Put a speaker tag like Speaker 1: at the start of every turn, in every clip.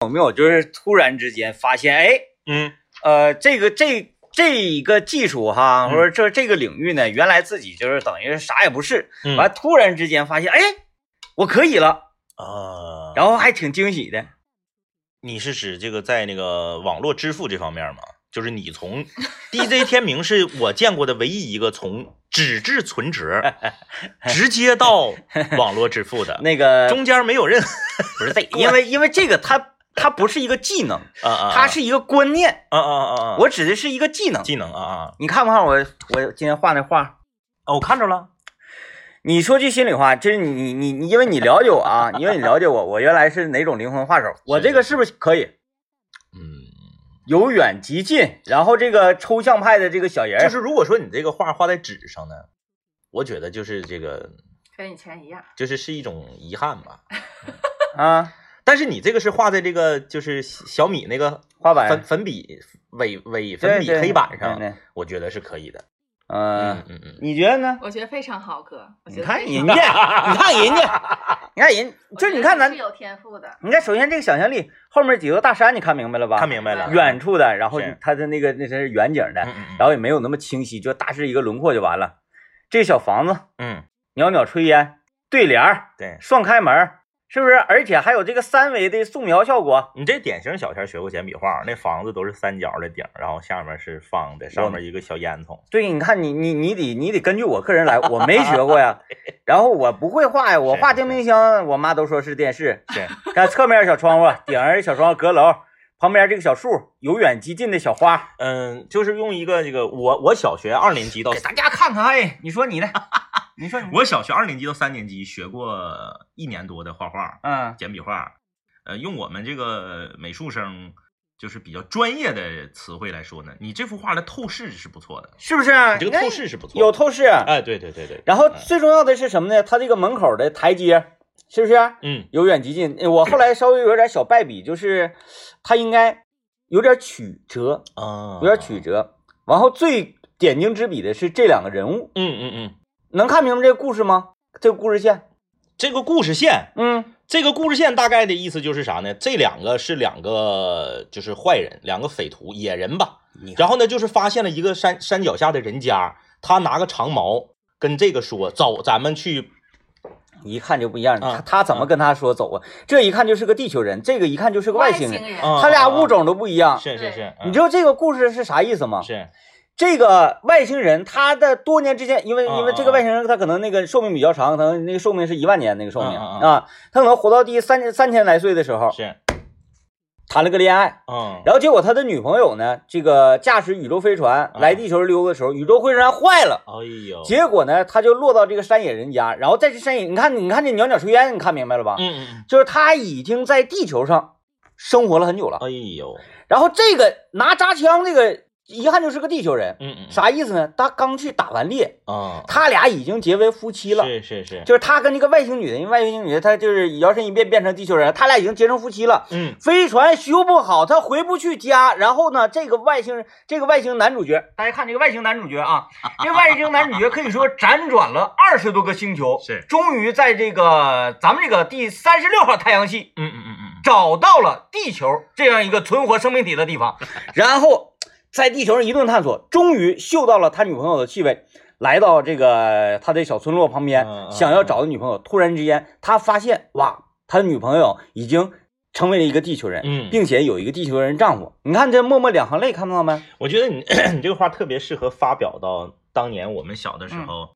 Speaker 1: 有没有就是突然之间发现，哎，
Speaker 2: 嗯
Speaker 1: 呃，这个这这一个技术哈，
Speaker 2: 嗯
Speaker 1: 或者这这个领域呢，原来自己就是等于啥也不是，
Speaker 2: 嗯
Speaker 1: 完突然之间发现，哎，我可以了，
Speaker 2: 啊，
Speaker 1: 然后还挺惊喜的。
Speaker 2: 你是指这个在那个网络支付这方面吗？就是你从 DJ 天明是我见过的唯一一个从纸质存折 直接到网络支付的，
Speaker 1: 那个
Speaker 2: 中间没有任何
Speaker 1: 不是这，因为因为这个它它不是一个技能，
Speaker 2: 啊啊，啊
Speaker 1: 它是一个观念，
Speaker 2: 啊啊啊啊，
Speaker 1: 我指的是一个技能。
Speaker 2: 技能啊啊
Speaker 1: 你看不看我我今天画那画？哦
Speaker 2: 啊，我看着了，
Speaker 1: 你说句心里话，就是你你你你，因为你了解我啊，因为你了解我，我原来是哪种灵魂画手，我这个是不是可以
Speaker 2: 嗯，
Speaker 1: 由远及近？然后这个抽象派的这个小人儿，
Speaker 2: 就是如果说你这个画画在纸上呢，我觉得就是这个
Speaker 3: 跟以前一样，
Speaker 2: 就是是一种遗憾吧。
Speaker 1: 啊，
Speaker 2: 但是你这个是画在这个就是小米那个
Speaker 1: 画
Speaker 2: 粉
Speaker 1: 板
Speaker 2: 粉笔尾尾
Speaker 1: 对
Speaker 2: 粉笔
Speaker 1: 对
Speaker 2: 黑板上
Speaker 1: 对对，
Speaker 2: 我觉得是可以的。
Speaker 1: 嗯，
Speaker 2: 嗯嗯，
Speaker 1: 你觉得呢？
Speaker 3: 我觉得非常好，哥。我觉
Speaker 1: 你
Speaker 3: 得
Speaker 1: 看
Speaker 3: 非
Speaker 1: 人
Speaker 3: 常
Speaker 1: 家，
Speaker 3: 好
Speaker 1: 你看人家，你看人，
Speaker 3: 我
Speaker 1: 就
Speaker 3: 觉
Speaker 1: 是
Speaker 3: 得
Speaker 1: 你看咱
Speaker 3: 是，有天赋的，
Speaker 1: 你看首先这个想象力，后面几座大山你看明白了吧？
Speaker 2: 看明白了，
Speaker 1: 远处的，然后
Speaker 2: 是
Speaker 1: 它的那个那是远景的
Speaker 2: 嗯，嗯
Speaker 1: 然后也没有那么清晰，就大致一个轮廓就完了。这小房子，
Speaker 2: 嗯，
Speaker 1: 袅袅炊烟，对联儿。
Speaker 2: 对
Speaker 1: 双开门儿，是不是？而且还有这个三维的素描效果。
Speaker 2: 你这典型小前学过简笔画，那房子都是三角的顶，然后下面是方的，上面一个小烟囱。
Speaker 1: 对，你看你你你得你得根据我个人来，我没学过 呀，然后我不会画呀，我画电冰箱，我妈都说是电视。
Speaker 2: 是，
Speaker 1: 看侧面小窗户，顶上小窗户阁楼，旁边这个小树，由远及近的小花，
Speaker 2: 嗯，就是用一个这个我我小学二年级到
Speaker 1: 哦给大家看看。哎，你说你的， 你说你的，
Speaker 2: 我小学二年级到三年级学过一年多的画画，
Speaker 1: 嗯
Speaker 2: 简笔画，呃，用我们这个美术生就是比较专业的词汇来说呢，你这幅画的透视是不错的，
Speaker 1: 是不是？啊哎
Speaker 2: 你这个透视是不错的，
Speaker 1: 有透视。啊
Speaker 2: 哎，对对对对，
Speaker 1: 然后
Speaker 2: 嗯
Speaker 1: 最重要的是什么呢？它这个门口的台阶，是不是？啊
Speaker 2: 嗯
Speaker 1: 由远及近。呃我后来稍微有点小败笔，就是它应该有点曲折，
Speaker 2: 啊，
Speaker 1: 有点曲，折。然后最点睛之笔的是这两个人物，
Speaker 2: 嗯嗯嗯，
Speaker 1: 能看明白这个故事吗？这个故事线，
Speaker 2: 这个故事线，
Speaker 1: 嗯
Speaker 2: 这个故事线大概的意思就是啥呢？这两个是两个就是坏人，两个匪徒野人吧
Speaker 1: 你，
Speaker 2: 然后呢就是发现了一个山山脚下的人家，他拿个长矛跟这个说，走，咱们去
Speaker 1: 一看就不一样。
Speaker 2: 啊
Speaker 1: 他他怎么跟他说走啊？这一看就是个地球人，这个一看就是个外
Speaker 3: 外
Speaker 1: 星人，
Speaker 3: 人，
Speaker 2: 啊
Speaker 1: 他俩物种都不一样。
Speaker 2: 是是是，
Speaker 1: 你知道这个故事是啥意思吗
Speaker 2: 道？是，
Speaker 1: 这个外星人他的多年之间，因为
Speaker 2: 啊
Speaker 1: 因为这个外星人他可能那个寿命比较长，可能那个寿命是一万年那个寿命
Speaker 2: 啊啊啊
Speaker 1: 啊，他可能活到第三三千来岁的时候
Speaker 2: 是，
Speaker 1: 谈了个恋爱，
Speaker 2: 嗯，
Speaker 1: 然后结果他的女朋友呢，这个驾驶宇宙飞船
Speaker 2: 啊
Speaker 1: 来地球溜的时候，宇宙飞船坏了。
Speaker 2: 哎呦，
Speaker 1: 结果呢，他就落到这个山野人家，然后在这山野，你看，你看这袅袅炊烟，你看明白了吧？
Speaker 2: 嗯嗯嗯，
Speaker 1: 就是他已经在地球上生活了很久了。
Speaker 2: 哎呦，
Speaker 1: 然后这个拿扎枪，这个一看就是个地球人，
Speaker 2: 嗯嗯，
Speaker 1: 啥意思呢？他刚去打完猎，
Speaker 2: 啊？
Speaker 1: 他俩已经结为夫妻了，
Speaker 2: 是是是，
Speaker 1: 就是他跟这个外星女的，因为外星女的她就是摇身一变变成地球人，他俩已经结成夫妻了。
Speaker 2: 嗯
Speaker 1: 飞船修不好，他回不去家。然后呢，这个外星人，这个外星男主角，大家看这个外星男主角啊，这外星男主角可以说辗转了二十多个星球，
Speaker 2: 是
Speaker 1: 终于在这个咱们这个第三十六号太阳系
Speaker 2: 嗯嗯嗯嗯，
Speaker 1: 找到了地球这样一个存活生命体的地 方，然后在地球上一顿探索，终于嗅到了他女朋友的气味，来到这个他的小村落旁边
Speaker 2: 嗯嗯，嗯
Speaker 1: 想要找的女朋友。突然之间，他发现哇，他女朋友已经成为了一个地球人
Speaker 2: 嗯，
Speaker 1: 并且有一个地球人丈夫。你看这默默两行泪，看到没？
Speaker 2: 我觉得你 你这个话特别适合发表到当年我们小的时
Speaker 1: 嗯
Speaker 2: 候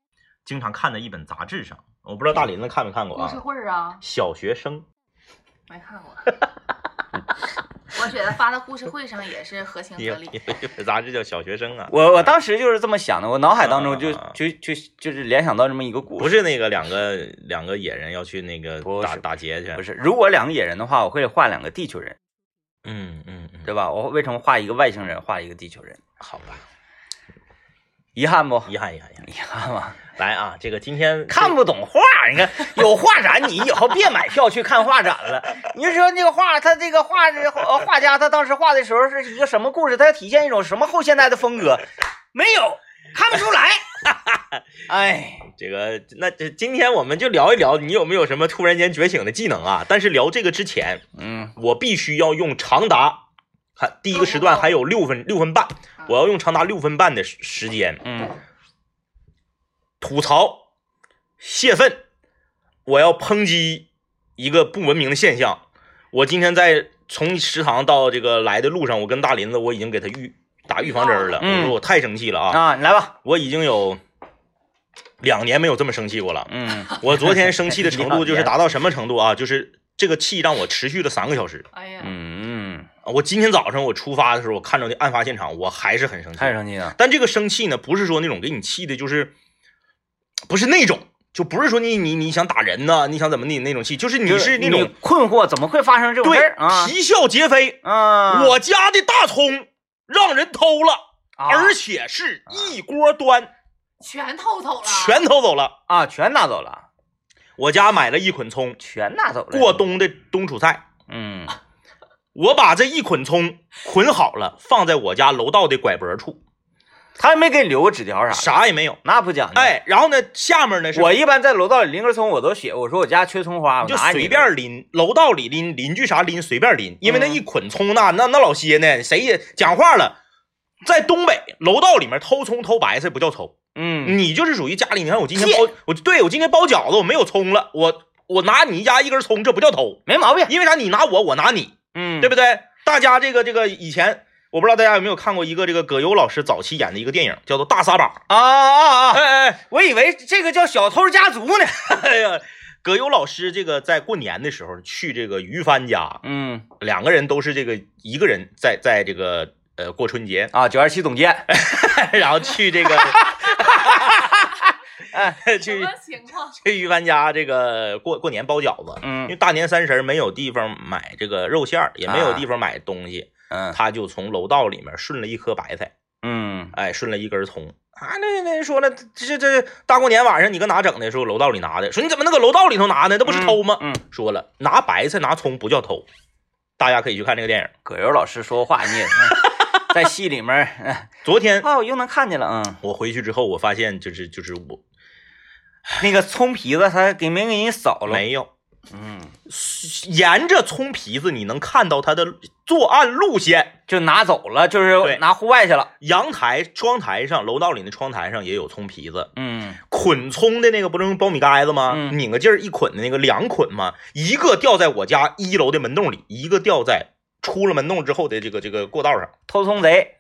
Speaker 2: 经常看的一本杂志上，我不知道大林子看没看过
Speaker 3: 故事
Speaker 1: 嗯
Speaker 2: 啊？
Speaker 3: 会儿 啊，
Speaker 2: 小学生，
Speaker 3: 没看过。我觉得发到故事会上也是合情
Speaker 2: 有
Speaker 3: 合
Speaker 2: 有
Speaker 3: 理。
Speaker 1: 嗯
Speaker 2: 一本杂志叫《小学生》啊，
Speaker 1: 我我当时就是这么想的，我脑海当中就
Speaker 2: 啊啊啊
Speaker 1: 就就就是联想到这么一个故事。
Speaker 2: 不是那个两个两个野人要去那个
Speaker 1: 不
Speaker 2: 打
Speaker 1: 是
Speaker 2: 打劫去，
Speaker 1: 不
Speaker 2: 是，
Speaker 1: 是，如果两个野人的话，我会画两个地球人，
Speaker 2: 嗯嗯嗯，
Speaker 1: 对吧？我为什么画一个外星人，画一个地球人？
Speaker 2: 好吧，
Speaker 1: 遗憾不？
Speaker 2: 遗憾遗憾遗憾，
Speaker 1: 遗憾吧，
Speaker 2: 来啊，这个今天
Speaker 1: 看不懂画，你 看有画展，你以后别买票去看画展了。你就说那个画，他这个画呃画家，他当时画的 时候是一个什么故事？他要体现一种什么后现代的风格？没有，看不出来。哎，
Speaker 2: 这个，那这今天我们就聊一聊，你有没有什么突然间觉醒的技能啊？但是聊这个之前，
Speaker 1: 嗯，
Speaker 2: 我必须要用长达，看第一个时段还有六分六分半，我要用长达六分半的时时间
Speaker 1: 嗯，
Speaker 2: 吐槽、泄愤，我要抨击一个不文明的现象。我今天在从食堂到这个来的路上，我跟大林子我已经给他预打预防针儿了。
Speaker 1: 嗯
Speaker 2: 我说我太生气了啊！
Speaker 1: 啊，你来吧，
Speaker 2: 我已经有两年没有这么生气过了。
Speaker 1: 嗯，
Speaker 2: 我昨天生气的程度就是达到什么程度啊？就是这个气让我持续了三个小时。啊
Speaker 3: 哎呀，
Speaker 1: 嗯，
Speaker 2: 我今天早上我出发的时候，我看着那案发现场，我还是很生气。
Speaker 1: 太生气了，
Speaker 2: 但这个生气呢，不是说那种给你气的，就是不是那种，就不是说你你你想打人呐、你想怎么的那种气，就是你是那
Speaker 1: 你
Speaker 2: 种
Speaker 1: 困惑，怎么会发生这种事
Speaker 2: 对
Speaker 1: 儿啊？
Speaker 2: 啼笑皆非。
Speaker 1: 啊，
Speaker 2: 我家的大葱让人偷了，
Speaker 1: 啊
Speaker 2: 而且是一锅端，
Speaker 3: 全偷走了，
Speaker 2: 全偷走了。
Speaker 1: 啊全拿走了，
Speaker 2: 我家买了一捆葱，
Speaker 1: 全拿走了，
Speaker 2: 过，冬的冬储菜。
Speaker 1: 嗯，
Speaker 2: 我把这一捆葱捆好了，放在我家楼道的拐脖处，
Speaker 1: 他也没给你留个纸条啥的，
Speaker 2: 啥也没有。
Speaker 1: 那不讲究。
Speaker 2: 哎，然后呢，下面呢是
Speaker 1: 我一般在楼道里拎根葱，我都写我说我家缺葱花，我
Speaker 2: 就
Speaker 1: 拿你的
Speaker 2: 随便拎，楼道里拎，邻居啥拎随便拎，因为那
Speaker 1: 嗯
Speaker 2: 一捆葱那那那老些呢，谁也讲话了。在东北楼道里面偷葱偷白菜不叫偷，
Speaker 1: 嗯
Speaker 2: 你就是属于家里。你看我今天
Speaker 1: 借
Speaker 2: 包，我对我今天包饺子，我没有葱了，我我拿你家一根葱，这不叫偷，
Speaker 1: 没毛病，
Speaker 2: 因为啥？你拿我，我拿你，
Speaker 1: 嗯
Speaker 2: 对不对？大家这个这个以前，我不知道大家有没有看过一个这个葛优老师早期演的一个电影，叫做《大撒把》。
Speaker 1: 啊啊啊！
Speaker 2: 哎哎
Speaker 1: 我以为这个叫小偷家族呢。
Speaker 2: 哎呀，葛优老师这个在过年的时候去这个于帆家，
Speaker 1: 嗯，
Speaker 2: 两个人都是这个一个人在在这个呃过春节
Speaker 1: 啊，九二七总监，
Speaker 2: 哎然后去这个
Speaker 1: 哎，
Speaker 3: 什
Speaker 2: 去
Speaker 3: 么情况？
Speaker 2: 去于帆家这个过过年包饺子，因为
Speaker 1: 嗯
Speaker 2: 大年三十儿没有地方买这个肉馅儿，也没有
Speaker 1: 啊
Speaker 2: 地方买东西，
Speaker 1: 嗯
Speaker 2: 他就从楼道里面顺了一颗白菜，
Speaker 1: 嗯
Speaker 2: 哎，顺了一根葱。啊，那那人说了，这这大过年晚上你搁哪整的？说楼道里拿的。说你怎么能搁楼道里头拿呢？那不是偷吗？
Speaker 1: 嗯，
Speaker 2: 说了，拿白菜拿葱不叫偷，大家可以去看这个电影。
Speaker 1: 葛优老师说话你也 嗯在戏里面儿，哎
Speaker 2: 昨天
Speaker 1: 啊，我又能看见了，嗯，
Speaker 2: 我回去之后，我发现就是就是我
Speaker 1: 那个葱皮子他给没给你扫了？
Speaker 2: 没有
Speaker 1: 嗯，
Speaker 2: 沿着葱皮子，你能看到它的作案路线。
Speaker 1: 就拿走了，就
Speaker 2: 对
Speaker 1: 是拿户外去了。
Speaker 2: 阳台、窗台上，楼道里的窗台上也有葱皮子，
Speaker 1: 嗯，
Speaker 2: 捆葱的那个不是用苞米杆子吗？
Speaker 1: 嗯
Speaker 2: 拧个劲儿一捆的那个两捆吗？一个掉在我家一楼的门洞里，一个掉在出了门洞之后的这个这个过道上。
Speaker 1: 偷葱贼，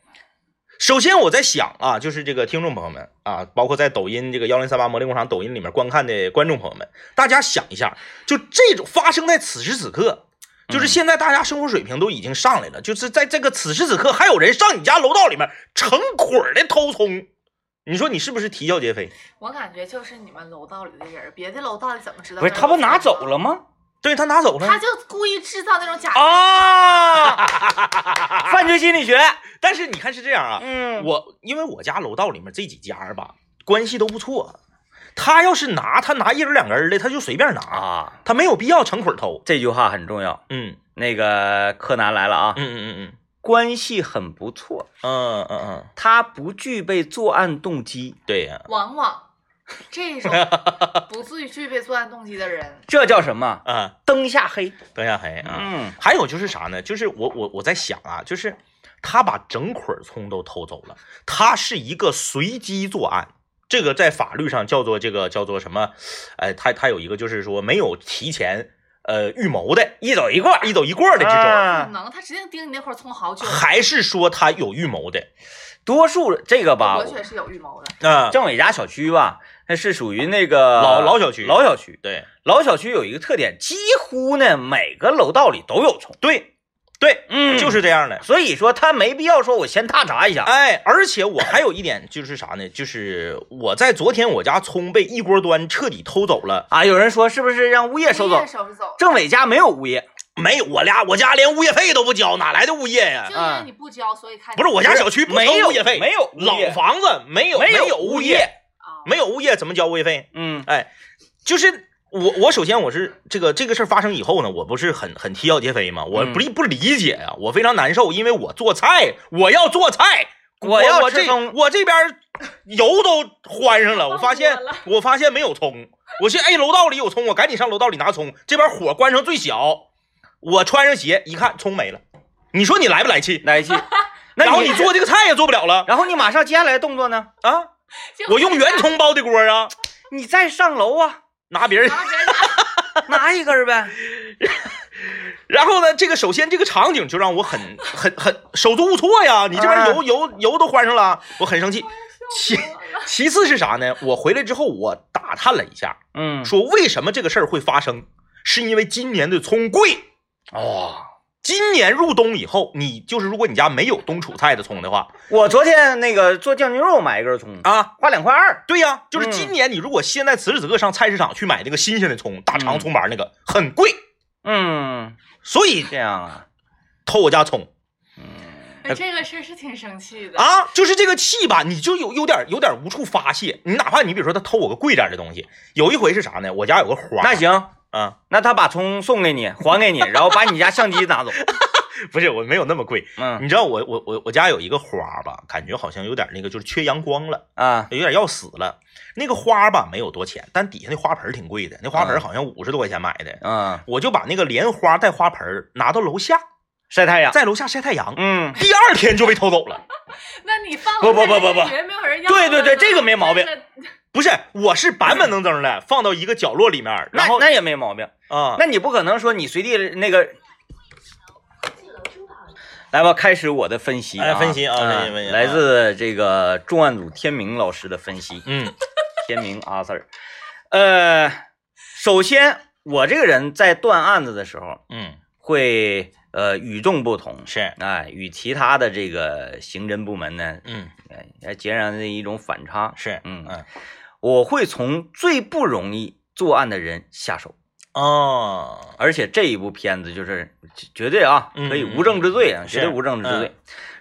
Speaker 2: 首先我在想啊，就是这个听众朋友们啊，包括在抖音这个幺零三八魔力工厂抖音里面观看的观众朋友们，大家想一下，就这种发生在此时此刻，就是现在大家生活水平都已经上来了，就是在这个此时此刻，还有人上你家楼道里面成捆儿的偷葱，你说你是不是啼笑皆非？
Speaker 3: 我感觉就是你们楼道里的人，别的楼道里怎么知道？
Speaker 1: 不是他不拿走，了 吗？哦
Speaker 2: 对他拿走
Speaker 3: 他
Speaker 2: 了，
Speaker 3: 就故意制造那种假。
Speaker 1: 啊， 犯罪心理学，
Speaker 2: 但是你看是这样啊，
Speaker 1: 嗯，
Speaker 2: 我因为我家楼道里面这几家儿吧关系都不错，他要是拿他拿一根儿两根儿的，他就随便拿，
Speaker 1: 啊，
Speaker 2: 他没有必要成捆儿偷。
Speaker 1: 这句话很重要。
Speaker 2: 嗯
Speaker 1: 那个柯南来了啊，
Speaker 2: 嗯嗯嗯
Speaker 1: 关系很不错，
Speaker 2: 嗯嗯嗯嗯，
Speaker 1: 他不具备作案动机，
Speaker 2: 对呀、
Speaker 3: 往往 这种不具具备作案动机的人，
Speaker 1: 这叫什么？
Speaker 2: 啊，
Speaker 1: 灯下黑。
Speaker 2: 邓亚黑啊，
Speaker 1: 嗯
Speaker 2: 还有就是啥呢？就是我我我在想啊，就是他把整捆儿葱都偷走了，他是一个随机作案。这个在法律上叫做这个叫做什么？哎，他他有一个就是说没有提前呃预谋的，一走一过，一走一过的这种，
Speaker 3: 可
Speaker 1: 啊，
Speaker 3: 能他指定盯你那会儿葱好久了。
Speaker 2: 还是说他有预谋的？
Speaker 1: 多数这个吧
Speaker 3: 我，觉得是有预谋的，
Speaker 2: 啊、
Speaker 1: 政委家小区吧，它是属于那个
Speaker 2: 老老小区
Speaker 1: 老小区，
Speaker 2: 对
Speaker 1: 老小区有一个特点，几乎呢每个楼道里都有虫。
Speaker 2: 对对，
Speaker 1: 嗯
Speaker 2: 就是这样的。
Speaker 1: 所以说他没必要说我先踏查一下。
Speaker 2: 哎，而且我还有一点就是啥呢？就是我在昨天我家葱被一锅端彻底偷走了，
Speaker 1: 啊，有人说是不是让物业收走
Speaker 3: 物业？收走，
Speaker 1: 政委家没有物业，
Speaker 2: 没有我俩我家连物业费都不交，哪来的物业呀
Speaker 3: 就？因
Speaker 1: 嗯
Speaker 3: 为你不交，所以看
Speaker 2: 不是我家小区不
Speaker 1: 没
Speaker 2: 收
Speaker 1: 有
Speaker 2: 物业费，
Speaker 1: 没有物
Speaker 2: 老
Speaker 1: 业
Speaker 2: 房子没有
Speaker 1: 没有
Speaker 2: 有
Speaker 1: 物
Speaker 2: 物
Speaker 1: 业，
Speaker 3: 啊，
Speaker 2: 没有物业怎么交物业费？
Speaker 1: 嗯
Speaker 2: 哎，就是我我首先我是这个这个事儿发生以后呢，我不是很很啼笑皆非吗？我
Speaker 1: 嗯
Speaker 2: 不理不理解呀、我非常难受，因为我做菜，我要做菜，
Speaker 1: 我
Speaker 2: 我
Speaker 1: 要吃
Speaker 2: 这
Speaker 1: 葱
Speaker 2: 我这边油都欢上了，我发现
Speaker 3: 放火了
Speaker 2: 我发现没有葱，我去哎楼道里有葱，我赶紧上楼道里拿葱，这边火关成最小，我穿上鞋一看葱没了，你说你来不来气？
Speaker 1: 来气。
Speaker 2: 然
Speaker 1: 那
Speaker 2: 后
Speaker 1: 你
Speaker 2: 你做这个菜也做不了了
Speaker 1: 然后你马上接下来的动作呢？
Speaker 2: 啊！
Speaker 3: 就
Speaker 2: 我用圆葱包的锅啊，
Speaker 1: 你再上楼啊，
Speaker 2: 拿别人
Speaker 3: 然 后别人家
Speaker 1: 拿一根儿呗。
Speaker 2: 然后呢，这个首先这个场景就让 我很很很手足无措呀，你这
Speaker 1: 哎
Speaker 2: 边油、油油都欢上 了，我很生气。其其次是啥呢？我回来之后我打探了一下，
Speaker 1: 嗯，
Speaker 2: 说为什么这个事儿会发生，是因为今年的葱贵。
Speaker 1: 哦，
Speaker 2: 今年入冬以后，你就是如果你家没有冬储菜的葱的话
Speaker 1: 我昨天那个做酱牛肉买一根葱，
Speaker 2: 啊，
Speaker 1: 花两块二。
Speaker 2: 对呀、就是
Speaker 1: 嗯
Speaker 2: 今年你如果现在此时此刻上菜市场去买那个新鲜的葱，大
Speaker 1: 嗯
Speaker 2: 长葱白那个很贵，
Speaker 1: 嗯，
Speaker 2: 所以
Speaker 1: 这样啊，
Speaker 2: 偷我家葱
Speaker 3: 哎这个事儿是挺生气的。
Speaker 2: 啊，就是这个气吧，你就有有点有点无处发泄。你哪怕你比如说他偷我个贵点的东西，有一回是啥呢？我家有个花，
Speaker 1: 那行，
Speaker 2: 啊，
Speaker 1: 那他把葱送给你，还给你，然后把你家相机拿走。
Speaker 2: 不是我没有那么贵，
Speaker 1: 嗯
Speaker 2: 你知道我我我我家有一个花吧，感觉好像有点那个就是缺阳光了。
Speaker 1: 啊，
Speaker 2: 有点要死了。那个花吧没有多钱，但底下那花盆儿挺贵的，那花盆
Speaker 1: 嗯
Speaker 2: 儿好像五十多块钱买的。
Speaker 1: 嗯，
Speaker 2: 我就把那个莲花带花盆儿拿到楼下，
Speaker 1: 晒太阳。
Speaker 2: 在楼下晒太阳。
Speaker 1: 嗯，
Speaker 2: 第二天就被偷走了，
Speaker 3: 那你放
Speaker 1: 不不不不不
Speaker 3: 你们没有人要。
Speaker 1: 对对对这个没毛病
Speaker 3: 但是
Speaker 2: 不是，我是板板正正的放到一个角落里面儿，
Speaker 1: 那
Speaker 2: 然后
Speaker 1: 那也没毛病。
Speaker 2: 啊，
Speaker 1: 那你不可能说你随地那个。来吧，开始我的分析啊，
Speaker 2: 哎分析啊
Speaker 1: 嗯
Speaker 2: 分析分析啊
Speaker 1: 来自这个重案组天明老师的分析。
Speaker 2: 嗯
Speaker 1: 天明阿 Sir，呃，首先我这个人在断案子的时候
Speaker 2: 嗯
Speaker 1: 会呃与众不同，
Speaker 2: 是
Speaker 1: 哎，与其他的这个刑侦部门呢，
Speaker 2: 嗯
Speaker 1: 哎，截然的一种反差。
Speaker 2: 是
Speaker 1: 嗯
Speaker 2: 嗯
Speaker 1: 我会从最不容易作案的人下手，
Speaker 2: 哦
Speaker 1: 而且这一部片子就是绝绝对啊，
Speaker 2: 嗯
Speaker 1: 可以无证之罪啊，
Speaker 2: 嗯
Speaker 1: 绝对
Speaker 2: 是
Speaker 1: 无证之罪。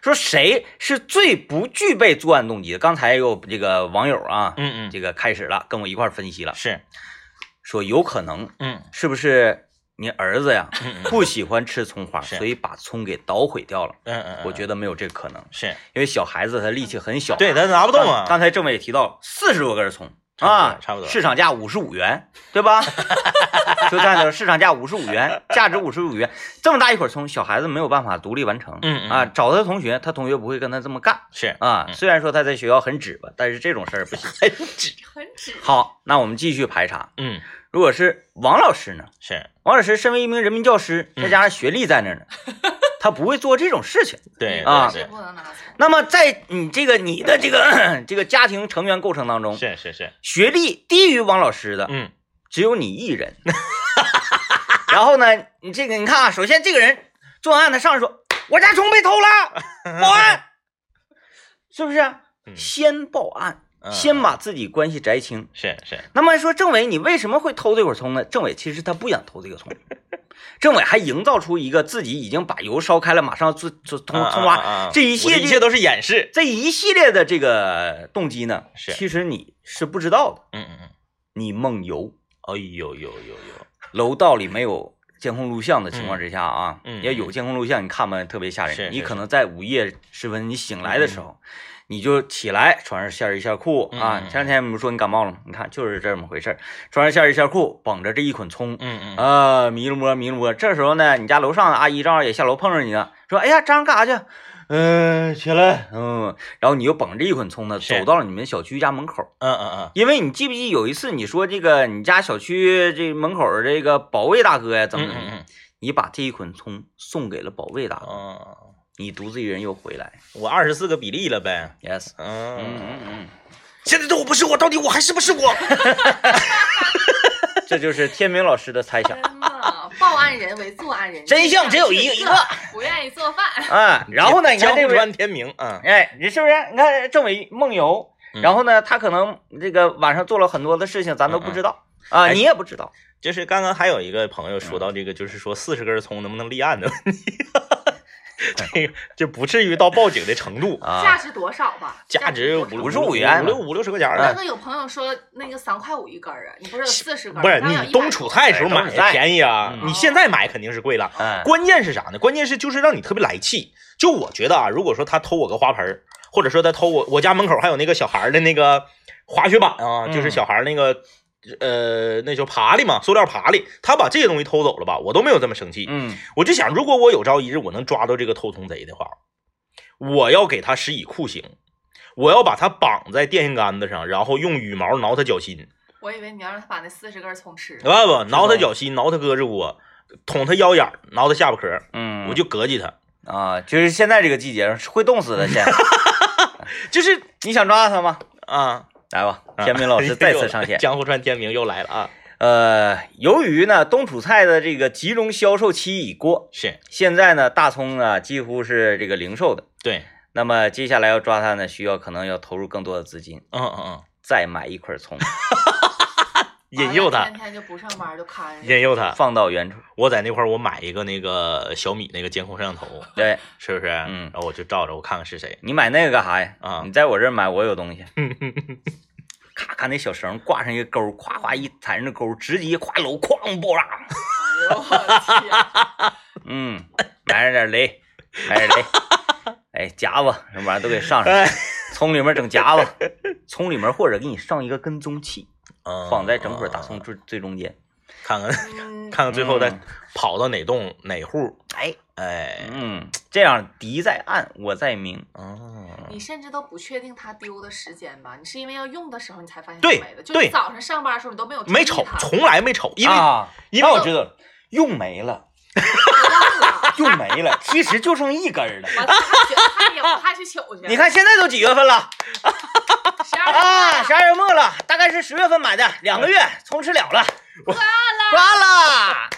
Speaker 1: 说谁是最不具备作案动机的？刚才有这个网友啊，
Speaker 2: 嗯嗯
Speaker 1: 这个开始了，跟我一块儿分析了，
Speaker 2: 是
Speaker 1: 说有可能
Speaker 2: 嗯
Speaker 1: 是不是你儿子呀
Speaker 2: 嗯嗯
Speaker 1: 不喜欢吃葱花，
Speaker 2: 是啊
Speaker 1: 所以把葱给捣毁掉了？
Speaker 2: 嗯嗯，
Speaker 1: 我觉
Speaker 2: 得
Speaker 1: 得没有这个可能，
Speaker 2: 是
Speaker 1: 因为小孩子他力气很小。
Speaker 2: 对，咱拿不动啊
Speaker 1: 刚，刚才政委也提到，四十多根葱
Speaker 2: 差不多
Speaker 1: 啊，
Speaker 2: 差不多
Speaker 1: 市场价五十五元，对 吧？就这样的市场价五十五元，价值五十五元，这么大一捆葱，小孩子没有办法独立完成。
Speaker 2: 嗯嗯
Speaker 1: 啊，找他同学，他同学不会跟他这么干
Speaker 2: 是
Speaker 1: 啊。
Speaker 2: 嗯哎
Speaker 1: 虽然说他在学校很指巴，但是这种事儿不行。
Speaker 3: 很指
Speaker 1: 好，那我们继续排查。
Speaker 2: 嗯
Speaker 1: 如果是王老师呢？
Speaker 2: 是
Speaker 1: 王老师身为一名人民教师，
Speaker 2: 嗯
Speaker 1: 再加上学历在那儿呢， 他不会做这种事情。
Speaker 2: 对
Speaker 1: 啊
Speaker 3: 是
Speaker 2: 对
Speaker 3: 不能拿错。
Speaker 1: 那么，在你这个你的这个 这个家庭成员构成当中，
Speaker 2: 是是是
Speaker 1: 学历低于王老师的
Speaker 2: 嗯
Speaker 1: 只有你一人。 然后呢，你这个你看啊，首先这个人作案，他上来说我家虫被偷了，报 案，是不是啊？
Speaker 2: 嗯
Speaker 1: 先报案，
Speaker 2: 嗯
Speaker 1: 先把自己关系摘清。
Speaker 2: 是是
Speaker 1: 那么说，政委，你为什么会偷这会儿葱呢？政委其实他不想偷这个葱，政委还营造出一个自己已经把油烧开了，马上要做做葱
Speaker 2: 啊
Speaker 1: 葱
Speaker 2: 啊啊
Speaker 1: 花
Speaker 2: 啊
Speaker 1: 这一系
Speaker 2: 我
Speaker 1: 列
Speaker 2: 这一切都是掩饰，
Speaker 1: 这一系列的这个动机呢，
Speaker 2: 是
Speaker 1: 其实你是不知道的，
Speaker 2: 嗯嗯嗯。
Speaker 1: 你梦游，
Speaker 2: 哎呦呦呦呦！
Speaker 1: 楼道里没有监控录像的情况之下啊，
Speaker 2: 嗯嗯
Speaker 1: 要有监控录像，你看吧，特别吓人。
Speaker 2: 是
Speaker 1: 你
Speaker 2: 是嗯
Speaker 1: 可能在午夜时分，你醒来的时候，你就起来，穿上线儿一下裤、啊。
Speaker 2: 嗯嗯
Speaker 1: 前两天我们说你感冒了吗，你看就是这么回事儿穿上线儿一下裤，绑着这一捆葱。
Speaker 2: 嗯嗯啊，
Speaker 1: 啊，迷了摸迷了摸，这时候呢，你家楼上的阿姨正好也下楼碰上你了，说：“哎呀，张干啥去？”嗯、起来，嗯，然后你又捧着一捆葱呢，
Speaker 2: 是
Speaker 1: 走到了你们小区家门口，
Speaker 2: 嗯嗯
Speaker 1: 因为你记不记有一次你说这个你家小区这门口儿这个保卫大哥呀怎
Speaker 2: 嗯
Speaker 1: 么怎么，
Speaker 2: 嗯
Speaker 1: 你把这一捆葱送给了保卫大
Speaker 2: 嗯，
Speaker 1: 哥，
Speaker 2: 啊，
Speaker 1: 你独自一人又回来
Speaker 2: 我二十四个比例了呗。
Speaker 1: ，yes，嗯
Speaker 2: 嗯，
Speaker 1: 嗯嗯，
Speaker 2: 现在这我不是我，到底我还是不是我？
Speaker 1: 这就是天明老师的猜 想，
Speaker 3: 真的，报案人为作案人，
Speaker 1: 真相只有一个一个，
Speaker 3: 不愿意做饭。
Speaker 1: 啊， 然后呢，你看
Speaker 2: 江
Speaker 1: 这
Speaker 2: 户
Speaker 1: 边
Speaker 2: 川天明啊，
Speaker 1: 哎，你是不是？你看政委梦游，
Speaker 2: 嗯
Speaker 1: 然后呢，他可能这个晚上做了很多的事情，咱都不知道啊，
Speaker 2: 哎
Speaker 1: 你也不知道。
Speaker 2: 就是刚刚还有一个朋友
Speaker 1: 嗯
Speaker 2: 说到这个，就是说四十根葱能不能立案的问 题，这个就不至于到报警的程度，
Speaker 3: 价值多少吧？
Speaker 2: 价值五
Speaker 1: 啊
Speaker 2: 嗯
Speaker 1: 五十嗯五元
Speaker 2: 五六五六十块钱
Speaker 3: 那
Speaker 2: 呢。
Speaker 3: 个有朋友说那个三块五一根儿啊，你不是有四十根儿？
Speaker 2: 不是
Speaker 3: 那要
Speaker 2: 你冬储菜时
Speaker 1: 哎
Speaker 2: 候买的便宜啊，
Speaker 1: 嗯
Speaker 2: 你现在买肯定是贵了。
Speaker 1: 嗯，
Speaker 2: 关键是啥呢？关键是就是让你特别来气。就我觉得啊，如果说他偷我个花盆儿，或者说他偷我我家门口还有那个小孩儿的那个滑雪板啊，
Speaker 1: 嗯
Speaker 2: 就是小孩儿那个呃那叫爬犁嘛，塑料爬犁，他把这些东西偷走了吧，我都没有这么生气。
Speaker 1: 嗯
Speaker 2: 我就想，如果我有朝一日我能抓到这个偷铜贼的话，我要给他施以酷刑，我要把他绑在电线杆子上，然后用羽毛挠他脚心，
Speaker 3: 我以为你要让他把那四十根葱吃
Speaker 1: 呃
Speaker 2: 不
Speaker 3: 了。
Speaker 2: 不，挠他脚心，挠他胳肢窝，捅他腰眼儿，挠他下巴壳儿，
Speaker 1: 嗯，
Speaker 2: 我就膈应他，
Speaker 1: 啊，就是现在这个季节是会冻死的。现 在
Speaker 2: 就是
Speaker 1: 你想抓他吗？
Speaker 2: 啊，
Speaker 1: 来吧，
Speaker 2: 啊
Speaker 1: 天明老 师再次上线。
Speaker 2: 江户川天明又来了啊，
Speaker 1: 呃，由于呢冬储菜的这个集中销售期已过，
Speaker 2: 是
Speaker 1: 现在呢大葱呢几乎是这个零售的。
Speaker 2: 对，
Speaker 1: 那么接下来要抓它呢，需要可能要投入更多的资金，
Speaker 2: 嗯嗯嗯，
Speaker 1: 再买一捆葱
Speaker 2: 引诱
Speaker 3: 完了
Speaker 2: 他
Speaker 3: 天。天就不上班就看着。
Speaker 2: 引诱他，
Speaker 1: 放到原处。
Speaker 2: 我在那块儿我买一个那个小米那个监控摄像头，
Speaker 1: 对
Speaker 2: 是不是？
Speaker 1: 嗯
Speaker 2: 然后我就照着我看看是谁。
Speaker 1: 你买那个干啥呀？
Speaker 2: 啊嗯
Speaker 1: 你在我这儿买，我有东西。咔咔，那小绳挂上一个钩，咵咵一踩上那钩，直接跨楼，哐爆炸。
Speaker 3: 哎 呦我天！
Speaker 1: 嗯，来上点雷，来点雷，哎，夹子什么玩意儿都给上上，
Speaker 2: 哎，
Speaker 1: 葱里面整夹子，葱里面或者给你上一个跟踪器，放在整捆大葱
Speaker 2: 嗯，嗯嗯
Speaker 1: 最最中间。
Speaker 2: 看看
Speaker 3: 嗯，
Speaker 2: 看看最后再
Speaker 1: 嗯
Speaker 2: 跑到哪栋哪户，
Speaker 1: 哎，
Speaker 2: 哎，
Speaker 1: 嗯，这样敌在暗，我在明。
Speaker 2: 哦，
Speaker 1: 嗯
Speaker 3: 你甚至都不确定他丢的时间吧？你是因为要用的时候你才发现它
Speaker 2: 对
Speaker 3: 没了，就
Speaker 2: 对
Speaker 3: 你早上上班的时候你都没有注意
Speaker 2: 没瞅，
Speaker 3: 它
Speaker 2: 从来没瞅，因为
Speaker 1: 啊
Speaker 2: 因为
Speaker 1: 那我知道了，用没了，
Speaker 3: 忘了。
Speaker 1: 用没了，其实就剩一根儿了。
Speaker 3: 我还去看我还去取 去。
Speaker 1: 你看现在都几月份了
Speaker 3: 十二
Speaker 1: 啊？
Speaker 3: 点
Speaker 1: 十二月末了，大概是十月份买的，两个月葱吃了了，
Speaker 3: 半了，
Speaker 1: 完了，